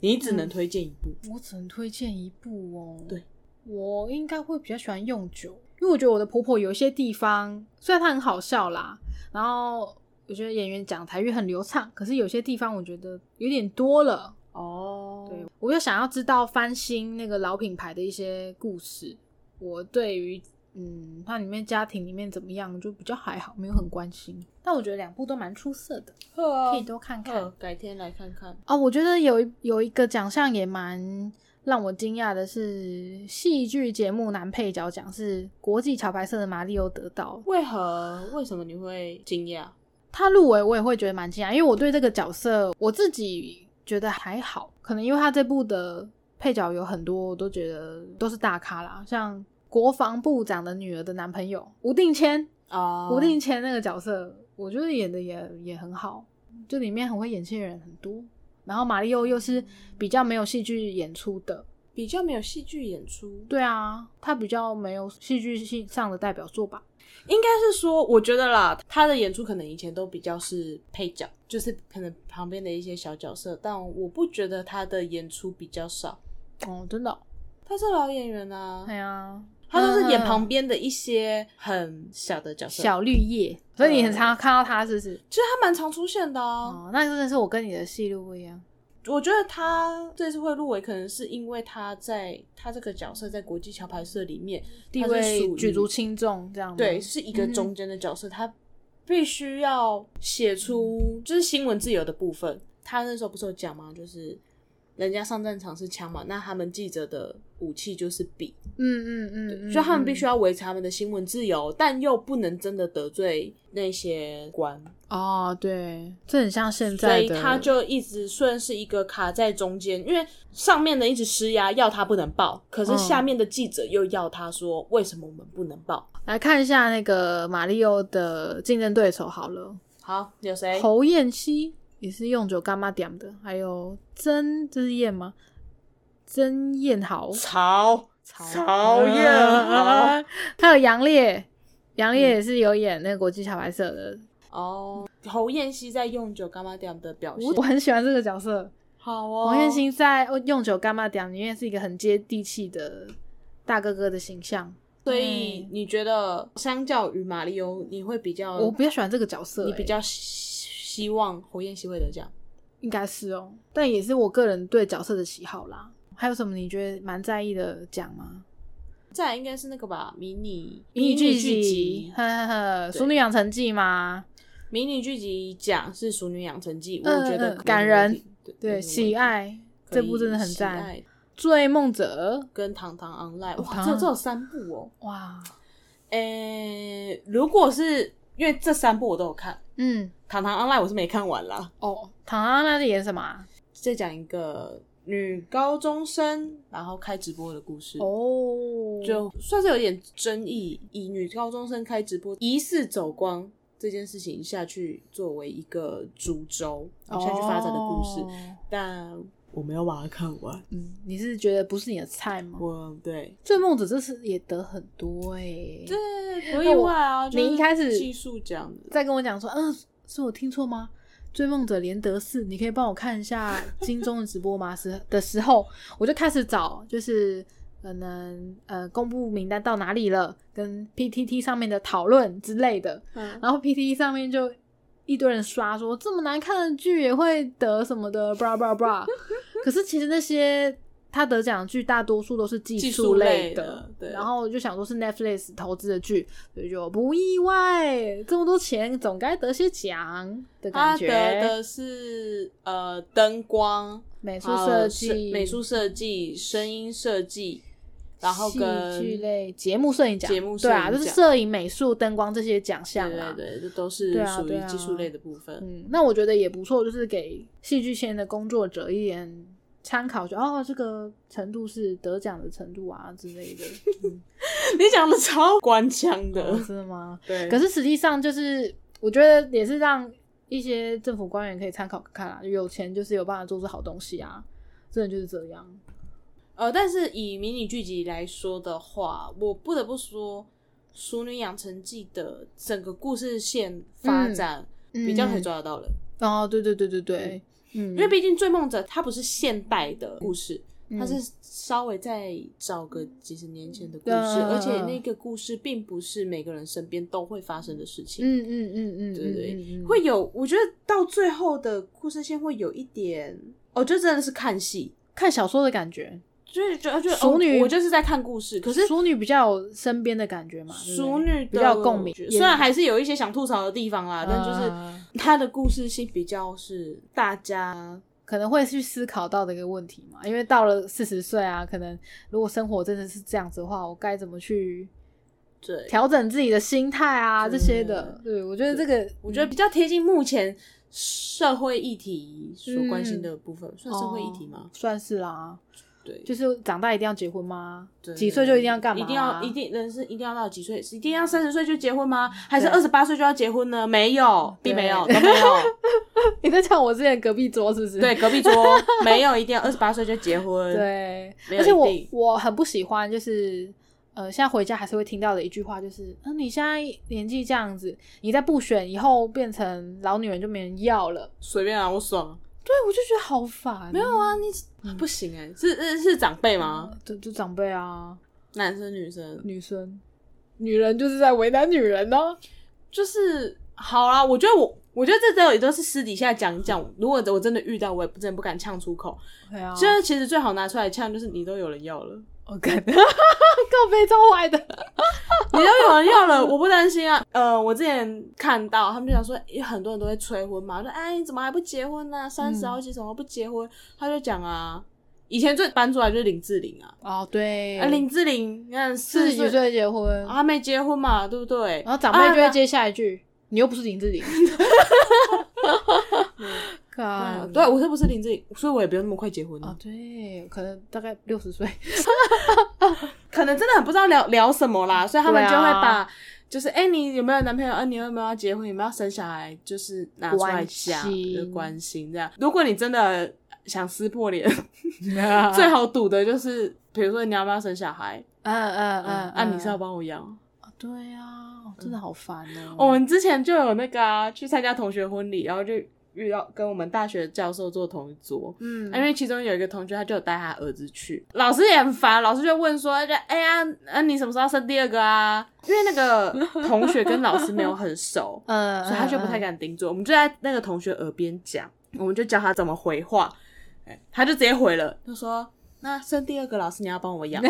B: 你只能推荐一部。
A: 我只能推荐一部哦。
B: 对，
A: 我应该会比较喜欢用酒，因为我觉得我的婆婆有一些地方，虽然她很好笑啦，然后我觉得演员讲台语很流畅，可是有些地方我觉得有点多了。
B: 哦
A: 对，我就想要知道翻新那个老品牌的一些故事。我对于嗯，它里面家庭里面怎么样，就比较还好，没有很关心。哦但我觉得两部都蛮出色的，可以多看看
B: 呃，改天来看看。
A: 哦。我觉得有一有一个奖项也蛮让我惊讶的是，戏剧节目男配角奖是国际桥牌社的马里欧得到，
B: 为何？为什么你会惊讶？
A: 他入围我也会觉得蛮惊讶，因为我对这个角色我自己觉得还好，可能因为他这部的配角有很多，我都觉得都是大咖啦，像国防部长的女儿的男朋友吴定谦，
B: 哦
A: 吴定谦那个角色，我觉得演的也也很好，就里面很会演戏的人很多，然后马里奥又是比较没有戏剧演出的，
B: 比较没有戏剧演出，
A: 对啊，他比较没有戏剧性上的代表作吧。
B: 应该是说，我觉得啦，他的演出可能以前都比较是配角，就是可能旁边的一些小角色，但我不觉得他的演出比较少。
A: 哦，真的哦、
B: 他是老演员啊，
A: 对啊，
B: 他都是演
A: 嗯嗯
B: 旁边的一些很小的角色，
A: 小绿叶，所以你很
B: 嗯
A: 常看到他，是不是？
B: 其实他蛮常出现的啊。
A: 哦，那真的是我跟你的戏路不一样。
B: 我觉得他这次会入围，可能是因为他在他这个角色在国际桥牌社里面
A: 地
B: 他是
A: 位
B: 属于
A: 举足轻重，嗯这样吗
B: 对，是一个中间的角色，他必须要写出就是新闻自由的部分。他那时候不是有讲吗？就是人家上战场是枪嘛，那他们记者的武器就是笔，
A: 嗯嗯嗯，
B: 就他们必须
A: 要
B: 要维持他们的新闻自由，但又不能真的得罪那些官，
A: 哦，对，这很像现
B: 所
A: 在
B: 以
A: 的，
B: 他就一直算是一个卡在中间，因为上面的一直施压，要他不能报，可是
A: 嗯
B: 下面的记者又要他说为什么我们不能报？
A: 来看一下那个马里奥的竞争对手好了，
B: 好，有谁？
A: 侯彦希也是用酒干妈点的，还有曾这是燕吗？曾燕豪，
B: 曹
A: 曹
B: 曹彦豪
A: 还有杨烈，杨烈也是有演那个国际小白社的，
B: 哦，侯彦希在用酒干嘛点的表现
A: 我我很喜欢这个角色。
B: 好哦，
A: 王彦兴在《用酒干妈点》里面是一个很接地气的大哥哥的形象，
B: 所以
A: 对
B: 你觉得相较于马里欧，你会比较
A: 我比较喜欢这个角色、
B: 嗯你比
A: 欸
B: 较希希望侯彦希会得奖？
A: 应该是哦，但也是我个人对角色的喜好啦。还有什么你觉得蛮在意的奖吗？
B: 再来应该是那个吧，迷你
A: 迷你
B: 剧
A: 剧集，呵呵呵，《
B: 对
A: 熟女养成记》吗？
B: 迷你剧集奖是《熟女养成记》，
A: 嗯
B: 我觉得
A: 嗯
B: 可以
A: 感人
B: 没问题，没
A: 对，
B: 问题
A: 喜爱
B: 可
A: 这
B: 以
A: 部真的很
B: 喜
A: 赞，《
B: 爱
A: 追梦者
B: 跟《糖糖 online》哇，
A: 糖
B: 这这有三部哦。》
A: 哇，
B: 诶、如果是因为这三部我都有看，《
A: 嗯，
B: 糖糖 online》我是没看完啦。
A: 哦，唐安娜在演什么啊？
B: 再讲一个女高中生，然后开直播的故事。
A: 哦，
B: 就算是有点争议，以女高中生开直播疑似走光这件事情下去作为一个主轴，然后下去发展的故事，
A: 哦
B: 但我没有把它看完。
A: 嗯，你是觉得不是你的菜吗？
B: 我对
A: 追梦者这次也得很多哎、
B: 这不意外啊！就是
A: 你一开始
B: 技术奖的，
A: 在跟我讲说，嗯、是我听错吗？追梦者连得四，你可以帮我看一下金钟的直播吗？时的时候，我就开始找，就是可能呃公布名单到哪里了，跟 PTT 上面的讨论之类的，
B: 嗯
A: 然后 PTT 上面就一堆人刷说这么难看的剧也会得什么的，blah blah blah。可是其实那些他得奖的剧大多数都是技
B: 技术
A: 术类
B: 类的对
A: 然后我就想说是 Netflix 投资的剧，所以就不意外，这么多钱总该得些奖的感
B: 他啊得
A: 觉。
B: 的是呃灯光、
A: 美术
B: 还有
A: 设计、
B: 美术设计、声音设计，然后
A: 戏
B: 跟
A: 剧类、节目摄影奖、
B: 节目摄
A: 对啊，
B: 影
A: 就是
B: 奖
A: 摄影、美术、灯光这些奖项
B: 对
A: 啊。
B: 对对，这都是
A: 对啊
B: 属
A: 对
B: 于
A: 啊
B: 技术类的部分。
A: 嗯，那我觉得也不错，就是给戏剧圈的工作者一点参考，就哦，这个程度是得奖的程度啊之类的。
B: *laughs*
A: 嗯
B: 你讲的超官腔的，
A: 哦真的吗？
B: 对，
A: 可是实际上就是，我觉得也是让一些政府官员可以参考看啊，有钱就是有办法做出好东西啊，真的就是这样。
B: 呃，但是以迷你剧集来说的话，我不得不说，《熟女养成记》的整个故事线
A: 嗯
B: 发展比较可以抓得到人，
A: 哦，对对对对对，嗯，
B: 因为毕竟《追梦者》它不是现代的故事，
A: 嗯
B: 它是稍微再找个几十年前的故事，
A: 嗯
B: 而且那个故事并不是每个人身边都会发生的事情。
A: 嗯嗯嗯嗯，
B: 对对
A: 嗯嗯嗯
B: 会有，我觉得到最后的故事线会有一点，我觉得真的是看戏，
A: 看小说的感觉，
B: 就是觉得就
A: 熟女
B: 哦，我就是在看故事，可是
A: 熟女比较有身边的感觉嘛，对不对
B: 熟女的
A: 比较有共鸣，
B: 虽然还是有一些想吐槽的地方啦，但就是
A: 嗯
B: 它的故事性比较是大家
A: 可能会去思考到的一个问题嘛，因为到了四十岁啊，可能如果生活真的是这样子的话，我该怎么去
B: 对，
A: 调整自己的心态啊这些的？对，我觉得这个，
B: 我觉得比较贴近目前社会议题所关心的部分，算社会议题
A: 哦
B: 吗？
A: 算是啦、
B: 对，
A: 就是长大一定要结婚吗
B: 对？
A: 几岁就一定要干嘛、啊
B: 一定要一定人是一定要到几岁？是一定要三十岁就结婚吗？还是
A: 对嗯
B: 二十八岁就要结婚呢？没有，并没有，都
A: 对 *laughs*
B: 没有。
A: 你在讲我之前隔壁桌是不是？
B: 对，隔壁桌没有，一定要二十八岁就结婚。，
A: 对，
B: 没有
A: 而且我
B: 一定
A: 我很不喜欢，就是呃，现在回家还是会听到的一句话，就是嗯、你现在年纪这样子，你再不选，以后变成老女人就没人要了。
B: 随便啊，我爽。
A: 对，我就觉得好烦。
B: 没有啊，你
A: 嗯
B: 不行哎，是是是长辈吗？
A: 就就长辈啊，
B: 男生女生
A: 女生，女人就是在为难女人哦呢、
B: 就是好啦，我觉得我。我觉得这都也都是私底下讲一讲，如果我真的遇到，我也不真的不敢呛出口。
A: 对 *laughs* 啊，
B: 就是其实最好拿出来呛，就是你都有人要了，
A: 我感 *laughs* 觉告背超坏的。
B: 你都有人
A: *laughs*
B: 要了，我不担心啊。呃，我之前看到他们就想说，有很多人都会催婚嘛，说哎你怎么还不结婚呢、三十
A: 嗯
B: 好几怎么不结婚？他就讲啊，以前最搬出来就是林志玲啊，
A: 哦，对，
B: 啊林志玲，你看
A: 四
B: 四
A: 十几岁结婚，
B: 还没结婚嘛，对不对？
A: 然后长辈就会
B: 啊
A: 接下一句：“你又不是林志玲。
B: 那嗯
A: 看，
B: 对，我是不是林志玲？所以我也不用那么快结婚啊
A: 啊，对，可能大概六十岁。
B: 可能真的很不知道聊聊什么啦，所以他们
A: 对
B: 就
A: 啊
B: 会把、就是哎、你有没有男朋友？啊，你有没有要结婚？有没有要生小孩？就是拿出来讲，
A: 关心
B: 就是关心这样。如果你真的想撕破 *laughs* 脸，最好赌的就是，比如说你要不要生小孩？
A: 嗯嗯
B: 嗯，
A: 嗯，
B: 啊，你是要
A: 吧？
B: 帮我养？
A: 对啊，真的好烦哦。
B: 我们之前就有那个啊，去参加同学婚礼，然后就遇到跟我们大学教授坐同一桌，
A: 嗯，
B: 因为其中有一个同学，他就有带他儿子去，老师也很烦，老师就问说，就哎呀，啊你什么时候要生第二个啊？因为那个同学跟老师没有很熟，
A: 嗯，
B: 所以他就不太
A: 敢。
B: 敢顶嘴。我们就在那个同学耳边讲，我们就教他怎么回话，哎他就直接回了，就说那生第二个，老师你要帮我养吗。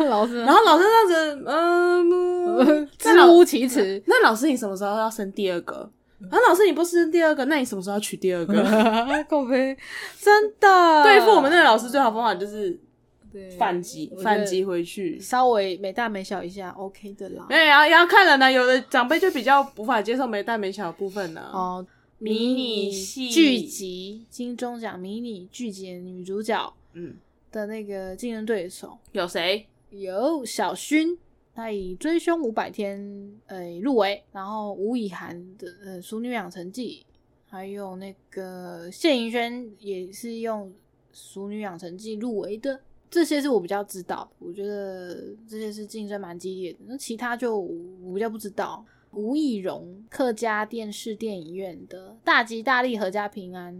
B: *laughs*
A: 老师
B: 然后老师这样
A: *laughs*
B: 子，嗯，那
A: 支
B: 老。
A: 吾其词
B: 那老师你什么时候要生第二个？然后老师你不生第二个，那你什么时候要娶第二个？ *laughs*
A: 够悲，真的
B: 对付我们那个老师最好方法就是。
A: 对
B: 反击
A: 我觉得
B: 反击回去。
A: 稍微没大没小一下，OK 的啦
B: 没。有，也要也要看人呢。有的长辈就比较无法接受没大没小的部分呢、
A: 哦，
B: 迷
A: 迷
B: 你
A: 你
B: 戏
A: 剧集金钟奖迷你剧集的女主角
B: 嗯，
A: 的那个竞争对手
B: 有谁？
A: 有小薰，她以《追凶五百天》呃入围，然后吴以涵的呃《熟女养成记》，还有那个谢盈萱也是用《熟女养成记》入围的。这些是我比较知道的，我觉得这些是竞争蛮激烈的。那其他就我比较不知道。吴以荣，客家电视电影院的《大吉大利，阖家平安》，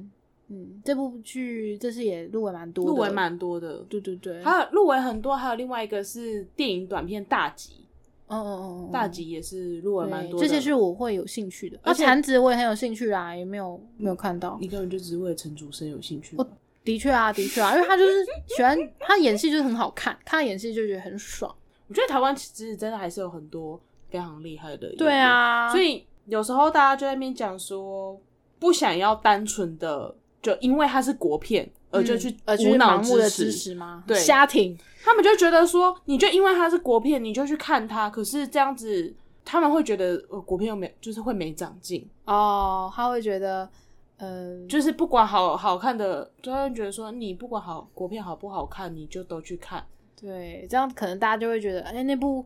A: 嗯，这部剧这次也入围蛮多的，
B: 入围蛮多的，
A: 对对对，
B: 还有入围很多，还有另外一个是电影短片大集，
A: 嗯嗯嗯嗯，
B: 大集也是入围蛮
A: 对
B: 多的。
A: 这些是我会有兴趣的。
B: 而
A: 那
B: 且
A: 产子我也很有兴趣啊，也没有没有看到。
B: 你根本就只是为了陈竹生有兴趣。
A: *laughs* 的确啊，的确啊，因为他就是喜欢他演戏，就是很好看，看他演戏就觉得很爽。
B: 我觉得台湾其实真的还是有很多非常厉害的演员。
A: 对啊，
B: 所以有时候大家就在那边讲说，不想要单纯的就因为它是国片而就去
A: 嗯呃就是
B: 无脑
A: 盲目的
B: 支
A: 支持吗？
B: 对
A: 瞎挺。
B: 他们就觉得说，你就因为它是国片，你就去看它，可是这样子他们会觉得呃国片又没就是会没长进，
A: 哦，他会觉得，嗯、
B: 就是不管好好看的，就会觉得说你不管好国片好不好看，你就都去看。
A: 对，这样可能大家就会觉得，哎、那部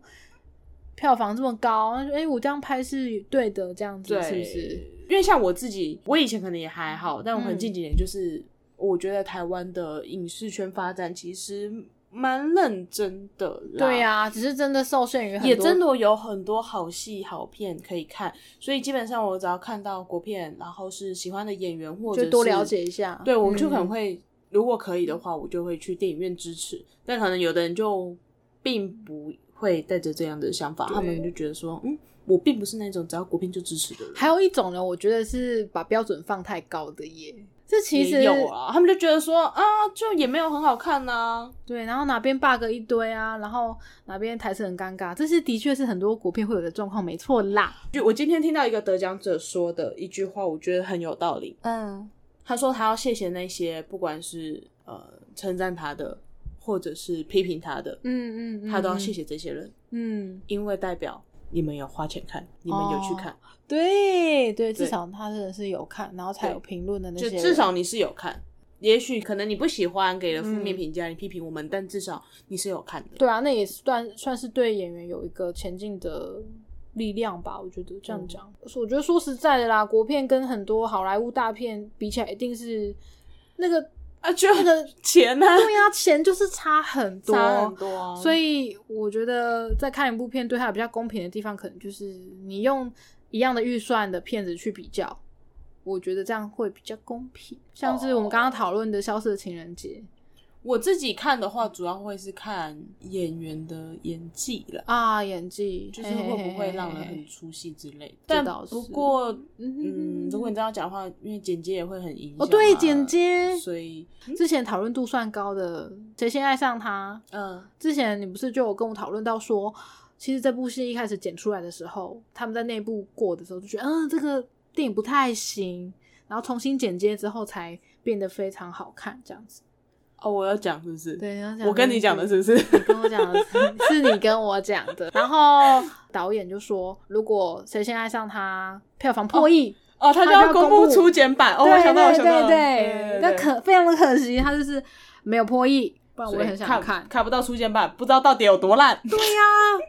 A: 票房这么高，那就哎、我这样拍是对的，这样子是不是？？
B: 因为像我自己，我以前可能也还好，但我很
A: 嗯
B: 近几年就是，我觉得台湾的影视圈发展其实蛮认真的啦。
A: 对呀、只是真的受限于很多
B: 也真的有很多好戏、好片可以看，所以基本上我只要看到国片，然后是喜欢的演员或者
A: 就多
B: 是
A: 了解一下
B: 对我就
A: 嗯
B: 可能会，如果可以的话，我就会去电影院支持。但可能有的人就并不会带着这样的想法，
A: 对
B: 他们就觉得说，嗯，我并不是那种只要国片就支持的人。
A: 还有一种呢，我觉得是把标准放太高的耶。这 *laughs* 其实
B: 也有啊，他们就觉得说啊，就也没有很好看呐、
A: 对，然后哪边 bug 一堆啊，然后哪边台词很尴尬，这是的确是很多国片会有的状况，没错啦。
B: 就我今天听到一个得奖者说的一句话，我觉得很有道理。
A: 嗯，
B: 他说他要谢谢那些不管是呃称赞他的，或者是批评他的，
A: 嗯嗯，
B: 他都要谢
A: 谢。
B: 谢这些人，
A: 嗯，
B: 因为代表你们有花钱看，你们有去看，
A: 对对，至
B: 对
A: 少他真的是有看，然后才
B: 对
A: 有评论的那些
B: 就
A: 人。
B: 至少你是有看。也许可能你不喜欢，给了负面评价，你批评我们，但至少你是有看的。
A: 对啊，那也算算是对演员有一个前进的力量吧。我觉得这样讲，我觉得说实在的啦，国片跟很多好莱坞大片比起来，一定是那个
B: 啊，就
A: 那个
B: 钱呢、
A: 对呀、钱就是差很多，
B: *laughs* 差很多啊
A: 所以我觉得在看一部片，对它有比较公平的地方，可能就是你用一样的预算的片子去比较，我觉得这样会比较公平。像是我
B: 哦
A: 们刚刚讨论的《消失的情人节
B: 我自己看的话，主要会是看演员的演技啦》，
A: 啊，演技
B: 就是会不会让人很
A: 嘿
B: 出戏之类的。
A: 这
B: 但
A: 倒是
B: 不过，
A: 嘿嘿嘿
B: 嗯，如果你这样讲的话，因为剪接也会很影响嘛。
A: 哦，对，剪接
B: 所以，
A: 之前讨论度算高的《谁先爱上他》，
B: 嗯，
A: 之前你不是就有跟我讨论到说，其实这部戏一开始剪出来的时候，他们在内部过的时候就觉得，嗯，这个电影不太行，然后重新剪接之后才变得非常好看，这样子。
B: 哦，我要讲是不是？
A: 对，你要
B: 我跟你讲的是不是？
A: 你跟我讲的是是你跟我讲的，然后导演就说，如果谁先爱上他，票房破亿。
B: 哦，他
A: 他
B: 就
A: 就
B: 要
A: 要
B: 公
A: 公
B: 布
A: 布
B: 初剪版。哦，
A: 对
B: 我想到，我
A: 对
B: 想到了，
A: 对对，那
B: 对
A: 可非常的可惜，他就是没有破亿，不然我也很
B: 所
A: 想
B: 以看不到初剪版，不知道到底有多烂。
A: 对呀、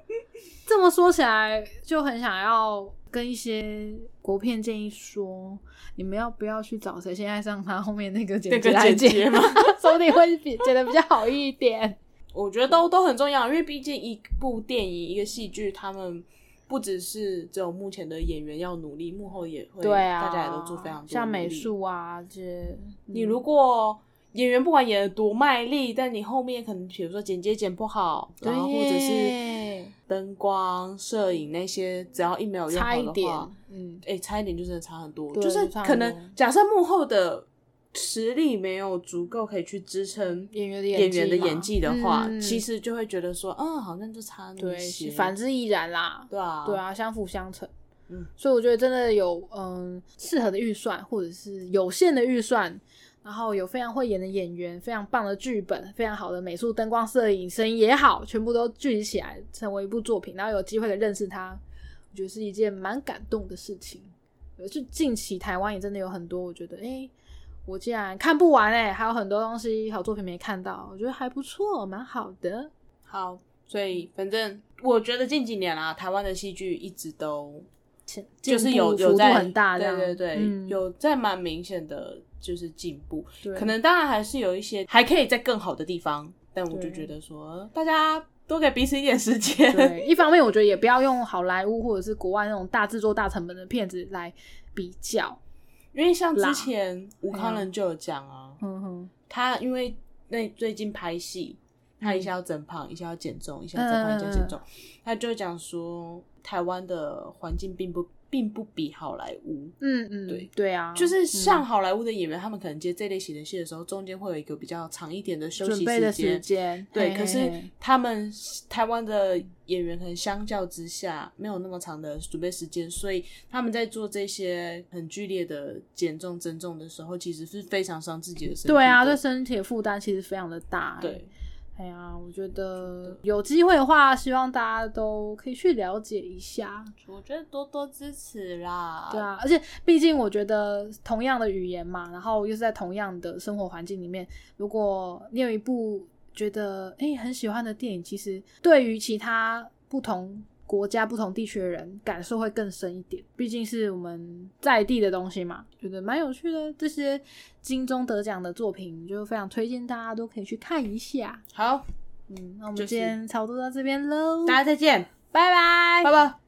A: 这么说起来，就很想要跟一些国片建议说，你们要不要去找谁先爱上他后面那个
B: 那
A: 姐姐
B: 个
A: 来
B: 剪
A: 剪，
B: 接吗？
A: *laughs* 说不定会比剪的比较好一点。
B: 我觉得都都很重要，因为毕竟一部电影、一个戏剧，他们不只是只有目前的演员要努力，幕后也会，
A: 对啊，
B: 大家也都做非常多
A: 像
B: 努
A: 美
B: 力。
A: 术啊这些，
B: 你
A: 嗯
B: 如果演员不管演的多卖力，但你后面可能比如说剪接剪不好，然后或者是
A: 对
B: 灯光、摄影那些，只要一没有用
A: 差
B: 好
A: 一
B: 的
A: 点
B: 话，，
A: 嗯，
B: 哎、差一点就真的差很多，
A: 对
B: 就是
A: 差很
B: 可
A: 多
B: 能假设幕后的实力没有足够可以去支撑
A: 演员的
B: 演员的
A: 嘛
B: 演技的话，
A: 嗯
B: 其实就会觉得说，嗯，好像就差那么些，
A: 对，反之亦然啦。
B: 对啊，
A: 对，啊，相辅相成。
B: 嗯，
A: 所以我觉得真的有嗯适合的预算，或者是有限的预算，然后有非常会演的演员，非常棒的剧本，非常好的美术、灯光、摄影、声音也好，全部都聚集起来成为一部作品，然后有机会的认识他，我觉得是一件蛮感动的事情。呃就近期台湾也真的有很多，我觉得哎、诶我竟然看不完哎、还有很多东西好作品没看到，我觉得还不错，蛮好的。
B: 好，所以反正我觉得近几年啦、台湾的戏剧一直都
A: 前
B: 就是
A: 进
B: 有
A: 步
B: 有
A: 幅度
B: 在
A: 很大这
B: 对
A: 样，
B: 对对，
A: 嗯、
B: 有在蛮明显的就是进步，
A: 对
B: 可能当然还是有一些还可以在更好的地方，但我
A: 对
B: 就觉得说大家。多给彼此一点时间，
A: 对，一方面我觉得也不要用好莱坞或者是国外那种大制作、大成本的片子来比较。
B: 因为像
A: 啦
B: 之前吴康
A: 嗯
B: 仁就有讲啊，
A: 嗯哼，
B: 他因为那最近拍戏，他
A: 嗯
B: 一下要增胖，一下要减重，一下要增胖，一下要减重，他就讲说台湾的环境并不并不比好莱坞，
A: 嗯嗯，
B: 对
A: 对啊，
B: 就是像好莱坞的演员，他们可能接这类型的戏的时候，中间会有一个比较长一点的休
A: 准
B: 息
A: 备的时
B: 间。
A: 间，
B: 对，
A: 嘿
B: 可
A: 嘿
B: 是
A: 嘿
B: 他们台湾的演员可能相较之下没有那么长的准备时间，所以他们在做这些很剧烈的减重增重的时候，其实是非常伤自己的身体的。
A: 对啊，对身体的负担其实非常的大。
B: 对，，
A: 哎呀，我觉得有机会的话，希望大家都可以去了解一下。
B: 我觉得多多支持啦。
A: 对，啊，而且毕竟我觉得同样的语言嘛，然后又是在同样的生活环境里面，如果你有一部觉得诶很喜欢的电影，其实对于其他不同国家、不同地区的人，感受会更深一点。毕竟是我们在地的东西嘛，觉得蛮有趣的。这些金钟得奖的作品，就非常推荐大家都可以去看一下。
B: 好，
A: 嗯，那我们
B: 就是
A: 今天差不多到这边喽，
B: 大家再见，
A: 拜拜
B: 拜。拜。